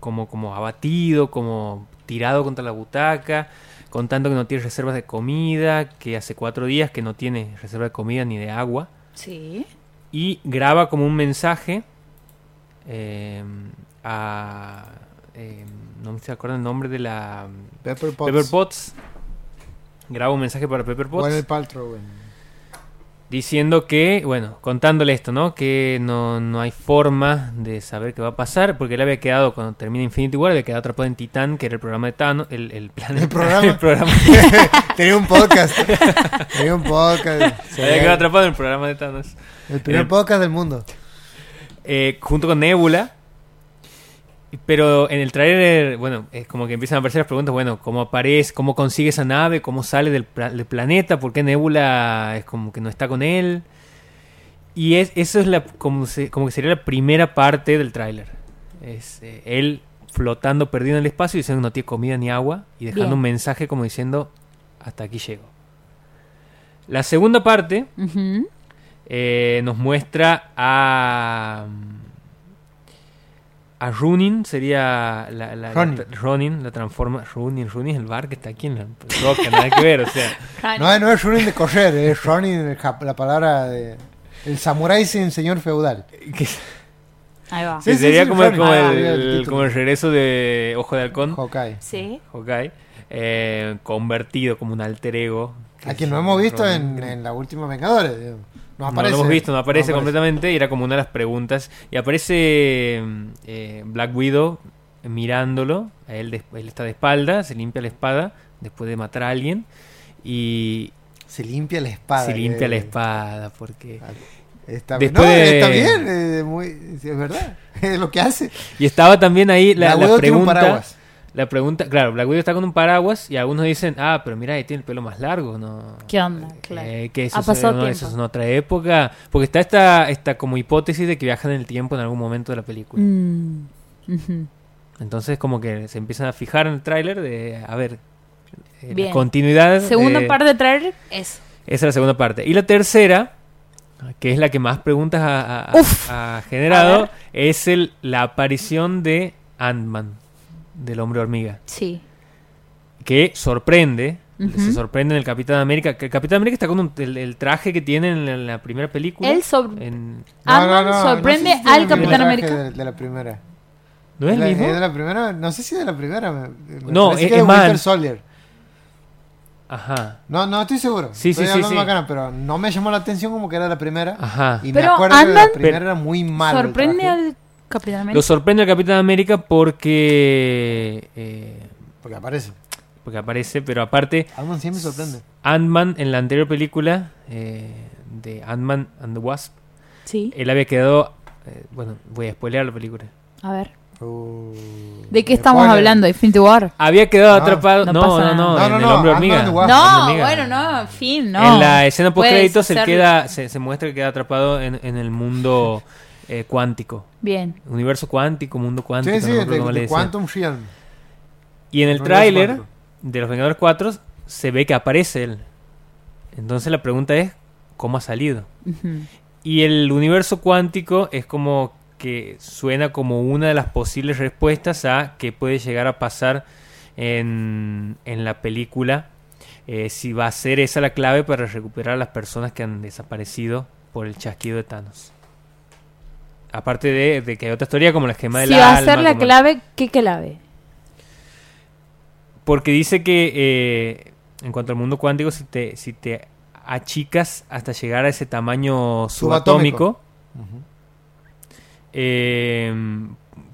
como, como abatido, como tirado contra la butaca, contando que no tiene reservas de comida, que hace cuatro días que no tiene reserva de comida ni de agua,
Sí.
y graba como un mensaje eh, a... eh, no me acuerdo el nombre de la...
Pepper Potts.
Pepper Potts. Graba un mensaje para Pepper Potts.
Gwyneth Paltrow en-
Diciendo que, bueno, contándole esto, ¿no? Que no, no hay forma de saber qué va a pasar, porque él había quedado, cuando termina Infinity War, había quedado atrapado en Titán, que era el programa de Thanos, el, el plan
El programa.
el programa.
Tenía un podcast. Tenía un podcast. Sí.
había quedado atrapado en el programa de Thanos.
El primer
Eh,
podcast del mundo.
Eh, junto con Nebula. Pero en el trailer, bueno, es como que empiezan a aparecer las preguntas, bueno, ¿cómo aparece, cómo consigue esa nave, cómo sale del, pla- del planeta, por qué Nebula es como que no está con él? Y es, eso es la, como, se- como que sería la primera parte del tráiler. Es eh, él flotando perdido en el espacio y diciendo que no tiene comida ni agua y dejando
Bien.
un mensaje como diciendo, hasta aquí llego. La segunda parte
Ujú.
eh, nos muestra a. A Runin, sería. La, la- la-
Ronin.
Ronin, la transforma. Runin, Runin es el bar que está aquí en la roca, nada que ver, o sea.
No, no es Ronin de correr, eh, es Ronin, el jap- la palabra de. El samurái sin señor feudal.
que-
Ahí va.
Sí.
que sería como,
Ronin.
como
Ah,
el,
el título.
como el regreso de Ojo de Halcón,
Hawkeye.
Sí.
Hawkeye, eh, convertido como un alter ego. que
A
es
quien no hemos visto
Ronin.
en, en la última Vengadores. digamos.
No lo
No aparece.
hemos visto, no aparece completamente y era como una de las preguntas. Y aparece eh, Black Widow mirándolo, a él, de- él está de espalda, se limpia la espada después de matar a alguien y
Se limpia la espada.
se
que-
limpia la espada porque...
Está,
Después
no,
de-
está bien, eh, muy- es verdad. Es lo que hace.
Y estaba también ahí la, la
Widow tiene un
pregunta...
paraguas.
La pregunta, claro, Black Widow está con un paraguas y algunos dicen, ah, pero mira, ahí tiene el pelo más largo, ¿no?
¿Qué onda? Claro.
Eh, que eso,
Ha
es-
pasado
no, eso
tiempo.
es en otra época. Porque está esta, esta como hipótesis de que viajan en el tiempo en algún momento de la película.
Mm. Ujú.
Entonces como que se empiezan a fijar en el tráiler de, a ver, eh, la
Bien.
continuidad.
Segunda
Eh.
de-
parte de traer es.
Esa es la segunda parte. Y la tercera, que es la que más preguntas ha, ha-
Uf.
ha generado,
A
es el, la aparición de Ant-Man, del hombre hormiga,
Sí.
que sorprende.
Ujú.
Se sorprende en el Capitán América. que El Capitán América está con un- el, el traje que tiene en la, en la primera película.
Él sobre-
en-
Ant-Man sorprende
sé si tiene
al
el mismo
Capitán
traje
América.
De, de la primera.
¿No es el
la-
mismo?
de la primera? No sé si de la primera. me- me
No,
parece
es-
que
es
de Winter
mal.
Soldier.
Ajá.
No, no estoy seguro.
Sí, sí,
estoy
sí,
hablando
sí.
bacana, pero no me llamó la atención como que era la primera.
Ajá.
Y me
Pero
acuerdo que la
Ant-Man-
primera era muy mala.
Sorprende al Capitán América.
Lo sorprende el Capitán América porque. eh,
Porque aparece.
porque aparece, pero aparte,
Alman siempre sorprende.
Ant-Man en la anterior película eh, de Ant-Man and the Wasp,
Sí.
él había quedado. eh, bueno, voy a spoilear la película.
eh,
A ver.
Uh,
¿De qué estamos
spoiler.
hablando? Infinity War.
Había quedado
No,
atrapado.
no
No, no,
pasa nada.
no,
No,
en
no,
el
no,
hombre
Ant-Man
hormiga.
and the Wasp.
No,
Hormiga.
bueno, no, fin, no.
En la escena post
Puedes
créditos él
hacer-
queda, se, se muestra que queda atrapado en, en el mundo eh, cuántico.
Bien.
Universo cuántico, mundo cuántico.
Sí, sí,
no me
de,
acuerdo cómo le
de
decían.
Quantum Realm.
Y en el
Los
tráiler
cuatro.
de Los Vengadores 4 se ve que aparece él. Entonces la pregunta es, ¿cómo ha salido?
Ujú.
Y el universo cuántico es como que suena como una de las posibles respuestas a qué puede llegar a pasar en, en la película. eh, si va a ser esa la clave para recuperar a las personas que han desaparecido por el chasquido de Thanos. Aparte de, de que hay otra historia como la gema del
Si va a
alma,
ser la
como-
clave, ¿qué clave?
Porque dice que eh, en cuanto al mundo cuántico, si te, si te achicas hasta llegar a ese tamaño subatómico,
Subatómico. Ujú.
eh,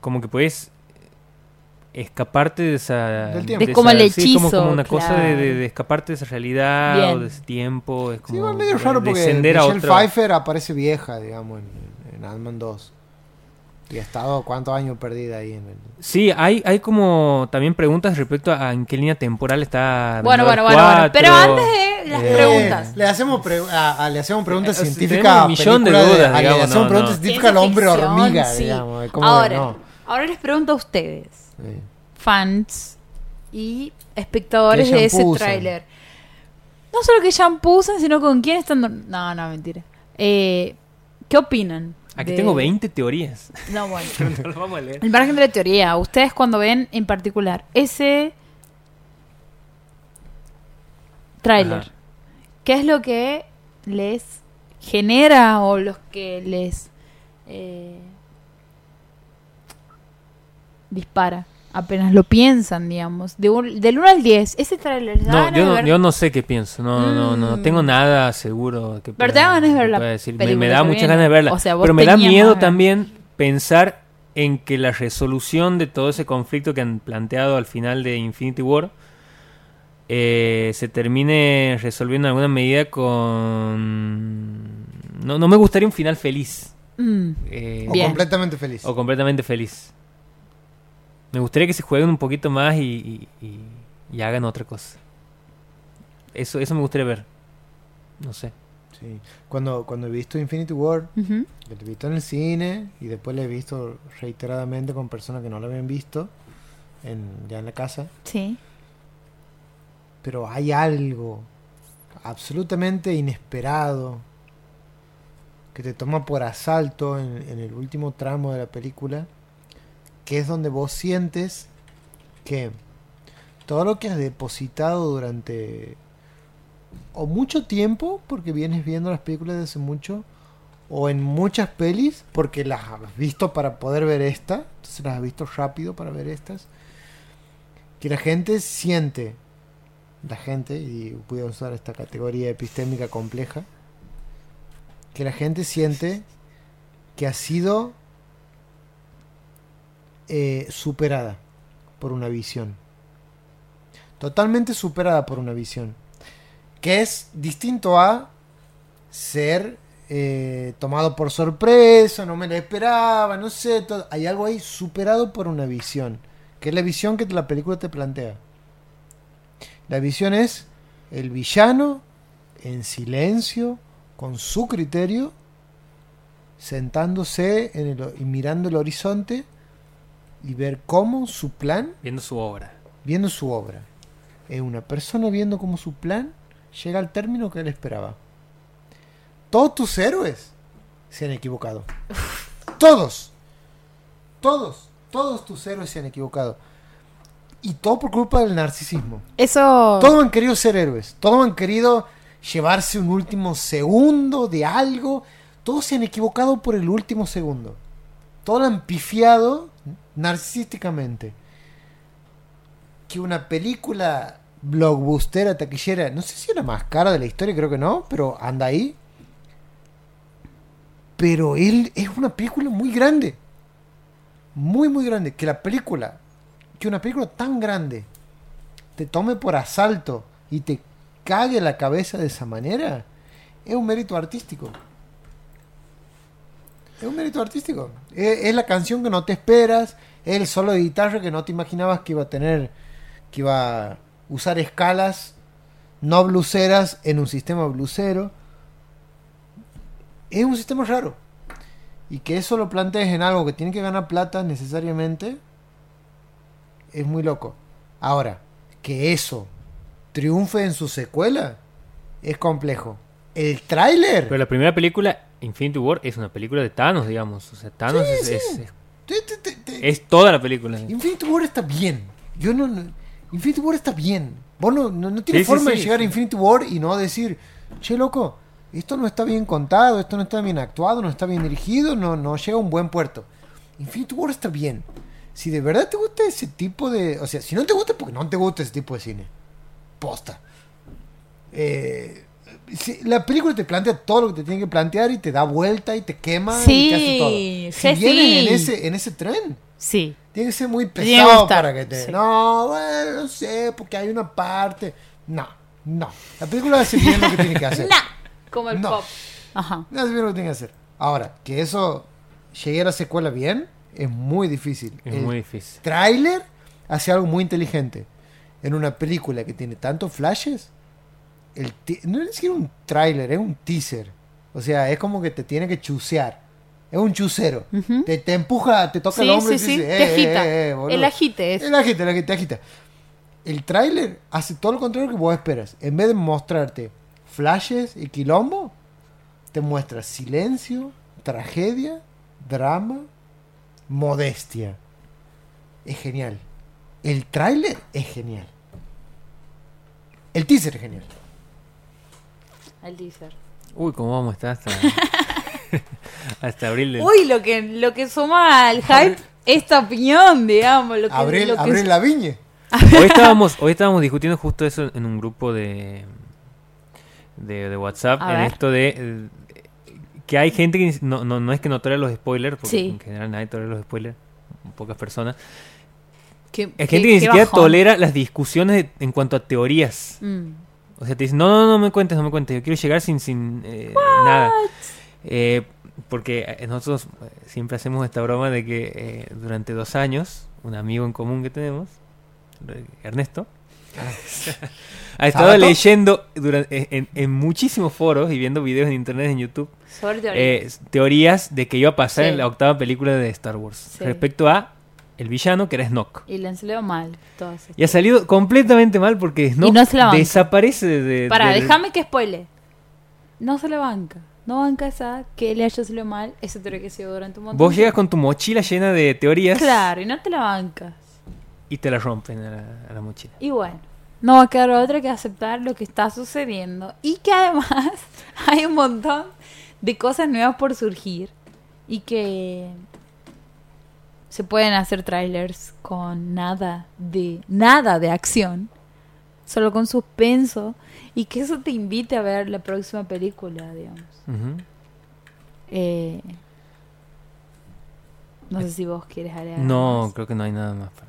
como que puedes escaparte de esa...
Del tiempo.
de
Es como
esa-
el
sí, como- como
hechizo,
una cosa de, de-
claro.
de escaparte de esa realidad
Bien.
o de ese tiempo. Es
Sí,
como
igual medio raro
de-
porque
descender a
Michelle
otro.
Pfeiffer aparece vieja, digamos, en, en Ant-Man 2. Y ha estado cuántos años perdida ahí en el...
Sí, hay, hay como también preguntas respecto a en qué línea temporal está...
Bueno, bueno, bueno,
Vengadores
bueno.
4.
Pero antes de las
Eh,
preguntas.
Le hacemos, pre- a- a- le hacemos preguntas
Eh, o sea,
científicas.
tenemos
a
un millón de
películas
dudas,
a-
digamos,
le hacemos
no,
preguntas
no.
científicas al hombre
Ciencia ficción,
hormiga,
sí.
digamos. es como que
Ahora,
no.
ahora les pregunto a ustedes,
Sí.
fans y espectadores
¿Qué
de ese
shampoo usan?
tráiler. No solo que shampoo usan, sino con quién están... dur- No, no, mentira. Eh, ¿Qué opinan?
Aquí
de-
tengo 20 teorías.
No, bueno.
no las vamos a leer.
El margen de la teoría, ustedes cuando ven en particular ese tráiler,
Ajá.
¿qué es lo que les genera o los que les eh, dispara? Apenas lo piensan, digamos. De un- del 1 al 10, ese tráiler les da
No,
ganas
yo
de
no,
ver-
yo no sé qué pienso. No, no, no, no
Mm.
tengo nada seguro que
Pero te da ganas de ver
que
la
pueda decir. Me- Me,
película
da
que
muchas
viene.
ganas de verla.
O sea, vos
pero me da
tenías
miedo
más ganas.
también pensar en que la resolución de todo ese conflicto que han planteado al final de Infinity War eh, se termine resolviendo en alguna medida con... No, no me gustaría un final feliz.
Mm,
eh,
O
Bien.
completamente feliz.
o completamente feliz. Me gustaría que se jueguen un poquito más y, y- y- y hagan otra cosa. Eso, eso me gustaría ver. No sé.
Sí. Cuando, cuando he visto Infinity War,
ujú.
que lo he visto en el cine y después la he visto reiteradamente con personas que no la habían visto en, ya en la casa.
Sí.
pero hay algo absolutamente inesperado que te toma por asalto en, en el último tramo de la película, que es donde vos sientes que todo lo que has depositado durante o mucho tiempo, porque vienes viendo las películas desde hace mucho, o en muchas pelis, porque las has visto para poder ver esta, entonces las has visto rápido para ver estas, que la gente siente la gente, y voy a usar esta categoría epistémica compleja, que la gente siente que ha sido eh, superada por una visión. Totalmente superada por una visión. Que es distinto a ser eh, tomado por sorpresa, no me la esperaba, no sé. todo- Hay algo ahí superado por una visión. Que es la visión que la película te plantea. La visión es el villano en silencio, con su criterio, sentándose en el, o- y mirando el horizonte y ver cómo su plan,
Viendo su obra.
viendo su obra. Es una persona viendo cómo su plan llega al término que él esperaba. Todos tus héroes se han equivocado. Todos. Todos. Todos tus héroes se han equivocado. Y todo por culpa del narcisismo.
Eso...
Todos han querido ser héroes. Todos han querido llevarse un último segundo de algo. Todos se han equivocado por el último segundo. Todos han pifiado narcisísticamente. Que una película blockbustera, taquillera, no sé si es la más cara de la historia, creo que no, pero anda ahí. Pero él es una película muy grande. Muy, muy grande. Que la película, que una película tan grande te tome por asalto y te cague la cabeza de esa manera, es un mérito artístico. Es un mérito artístico. Es, es la canción que no te esperas, es el solo de guitarra que no te imaginabas que iba a tener, que iba a usar escalas no bluseras en un sistema blusero. Es un sistema raro. Y que eso lo plantees en algo que tiene que ganar plata necesariamente, es muy loco. Ahora, que eso triunfe en su secuela es complejo. El tráiler.
Pero la primera película, Infinity War, es una película de Thanos, digamos. O sea, Thanos es, es- es-
te- te- te- te-
es toda la película.
Infinity War está bien. Yo no, no- Infinity War está bien. Vos no, no, no
Sí,
tienes
sí,
forma
sí,
de llegar
sí.
a Infinity War y no decir, che loco, esto no está bien contado, esto no está bien actuado, no está bien dirigido, no, no llega a un buen puerto. Infinity War está bien. Si de verdad te gusta ese tipo de. O sea, si no te gusta, porque no te gusta ese tipo de cine. Posta. Eh, si- la película te plantea todo lo que te tiene que plantear y te da vuelta y te quema y te hace todo.
Sí,
Si
sí,
vienes
sí.
en ese, en ese tren,
Sí.
tiene que ser muy
tiene que
pesado
gustar,
para que te.
sí.
No, bueno, no sé, porque hay una parte. No, no. La película hace bien lo que tiene que hacer.
Nah, como el
No.
pop. Ajá.
Hace bien lo que tiene que hacer. Ahora, que eso llegue a la secuela bien, es muy difícil.
Es
El
muy difícil.
tráiler hace algo muy inteligente. En una película que tiene tantos flashes, el ti- no es ni siquiera un tráiler, es un teaser. O sea, es como que te tiene que chusear. Es un chucero.
Ujú.
te, te empuja, te toca el
Sí,
hombro
sí,
y te
sí.
dice,
Te
"Eh,
agita.
eh, eh, boludo".
el agite es.
El agita, el agita, agita. El tráiler hace todo lo contrario que vos esperas. En vez de mostrarte flashes y quilombo, te muestra silencio, tragedia, drama, modestia. Es genial. El tráiler es genial. El teaser es genial.
El teaser.
Uy, cómo vamos a estar hasta, hasta abril. del-
Uy, lo que, lo que suma al hype, esta opinión, digamos. Lo que,
Abril,
lo que-
Abril Lavigne.
Hoy estábamos, hoy estábamos discutiendo justo eso en un grupo de de, de WhatsApp
A
en
ver.
esto de eh, que hay gente que no, no, no es que no tolera los spoilers, porque
Sí.
en general nadie tolera los spoilers, pocas personas.
que-
Hay
que-
gente que ni
que
siquiera
bajón.
tolera las discusiones de- en cuanto a teorías.
Mm.
O sea, te dicen, no, no, no me cuentes, no me cuentes, yo quiero llegar sin, sin eh, nada. Eh, porque eh, nosotros eh, siempre hacemos esta broma de que eh, durante dos años, un amigo en común que tenemos, Re- Ernesto, ha estado
¿Sabato?
leyendo duran- eh, en, en muchísimos foros y viendo videos en internet, en YouTube,
Sobre teoría.
eh, s- teorías de que iba a pasar
Sí.
en la octava película de Star Wars
Sí.
respecto a el villano que era Snoke.
Y le han salido mal todas esas.
Y ha salido completamente mal porque Snoke
no se la banca.
desaparece de... de-
Para,
del-
déjame que spoile. No se la banca. No banca esa que le haya salido mal esa teoría que se dio durante un montón.
Vos
de
llegas con tu mochila llena de teorías
Claro, y no te la bancas.
y te la rompen a la- a la mochila.
Y bueno, no va a quedar otra que aceptar lo que está sucediendo. Y que además hay un montón de cosas nuevas por surgir. Y que se pueden hacer trailers con nada de nada de acción, solo con suspenso y que eso te invite a ver la próxima película, digamos.
Ujú.
Eh, no sé si vos quieres agregar.
No,
más.
creo que no hay nada más para.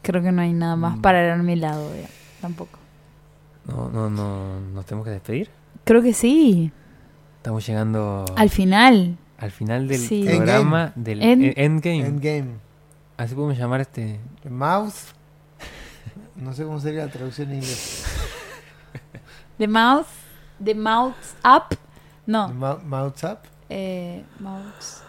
creo que no hay nada más para mi lado, digamos, tampoco.
No, no, no, nos tenemos que despedir.
Creo que sí.
Estamos llegando
Al final.
al final del
Sí.
Endgame.
programa del
End-
en- Endgame.
Endgame.
Así podemos llamar este.
The Mouth. No sé cómo sería la traducción en inglés.
The mouth. The mouth up.
The
No.
Mou- Mouth Up.
Eh, mouth.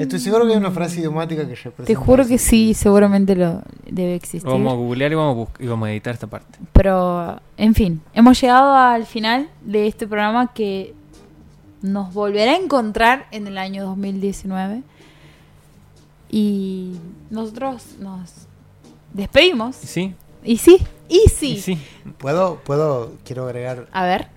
Estoy seguro que hay una frase idiomática que representa.
Te juro
eso.
que sí, seguramente lo debe existir.
Vamos a googlear y vamos a, bus- y vamos a editar esta parte.
Pero, en fin, hemos llegado al final de este programa que nos volverá a encontrar en el año 2019. Y nosotros nos despedimos.
¿Y sí?
Y sí, y sí.
¿Y sí?
Puedo, puedo, quiero agregar,
A ver,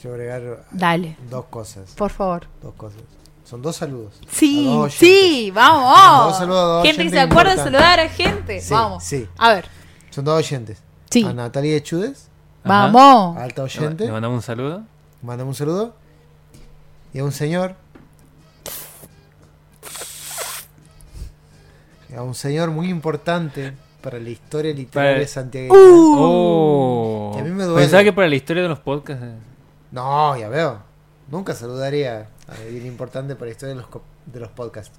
quiero agregar
dale,
dos cosas.
por favor.
Dos cosas. Son dos saludos.
Sí,
A dos
sí,
Dos
vamos.
saludos a dos
gente que se
oyentes
acuerda de
importantes.
saludar a gente.
Sí,
vamos.
sí.
A ver,
Son dos oyentes.
sí.
A Natalia Echudes,
Ajá.
Vamos.
alta
Le ma-
oyente.
Le mandamos un saludo.
Mandame un saludo. Y a un señor. A un señor muy importante para la historia literaria
Para-
de Santiago.
Uh.
Oh.
Y a mí me duele.
Pensaba que para la historia de los podcasts. eh,
No, ya veo. Nunca saludaría a alguien importante para la historia de los, co- de los podcasts.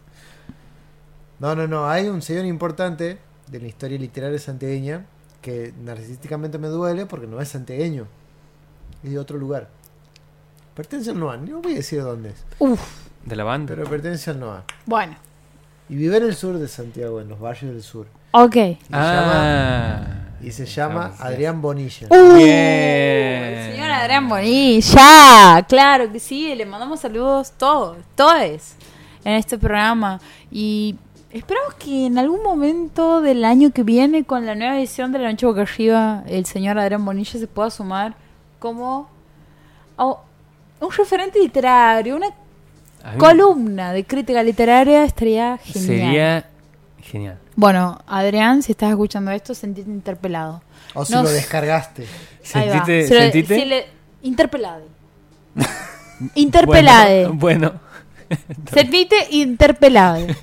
No, no, no. Hay un señor importante de la historia literaria santiagueña que narcisísticamente me duele porque no es santiagueño. Es de otro lugar. Pertenece al NOA. No voy a decir dónde es,
Uf,
De la banda.
pero pertenece al NOA.
bueno.
Y vive en el sur de Santiago, en los valles del sur.
Ok.
Y,
ah.
llama, y se llama
Estamos-
Adrián Bonilla.
Uh,
Bien.
el señor Uh, Adrián Bonilla, claro que sí, le mandamos saludos todos, todos en este programa y esperamos que en algún momento del año que viene con la nueva edición de La Noche Boca Arriba el señor Adrián Bonilla se pueda sumar como a un referente literario, una
A mí
columna de crítica literaria estaría genial.
Sería genial.
Bueno, Adrián, si estás escuchando esto, sentite interpelado.
O si
No
lo
sé.
descargaste.
Ahí va.
¿Sentiste?
Se le-
¿Sentiste?
se le- interpelade. interpelade.
Bueno, bueno.
Sentite interpelade.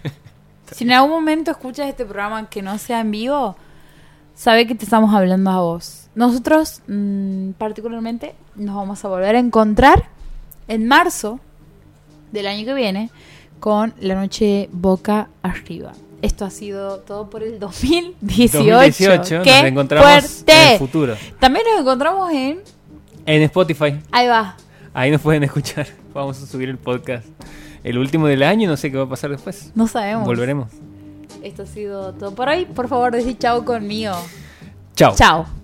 si en algún momento escuchas este programa que no sea en vivo, sabe que te estamos hablando a vos. Nosotros, mm, particularmente, nos vamos a volver a encontrar en marzo del año que viene con la noche boca arriba. Esto ha sido todo por el 2018.
2018,
¡Qué
nos reencontramos en
fuerte!
el futuro.
También nos encontramos en.
En Spotify.
Ahí va.
Ahí nos pueden escuchar. Vamos a subir el podcast. El último del año, no sé qué va a pasar después.
No sabemos.
Volveremos.
Esto ha sido todo por hoy. Por favor, decid chao conmigo.
Chao.
Chao.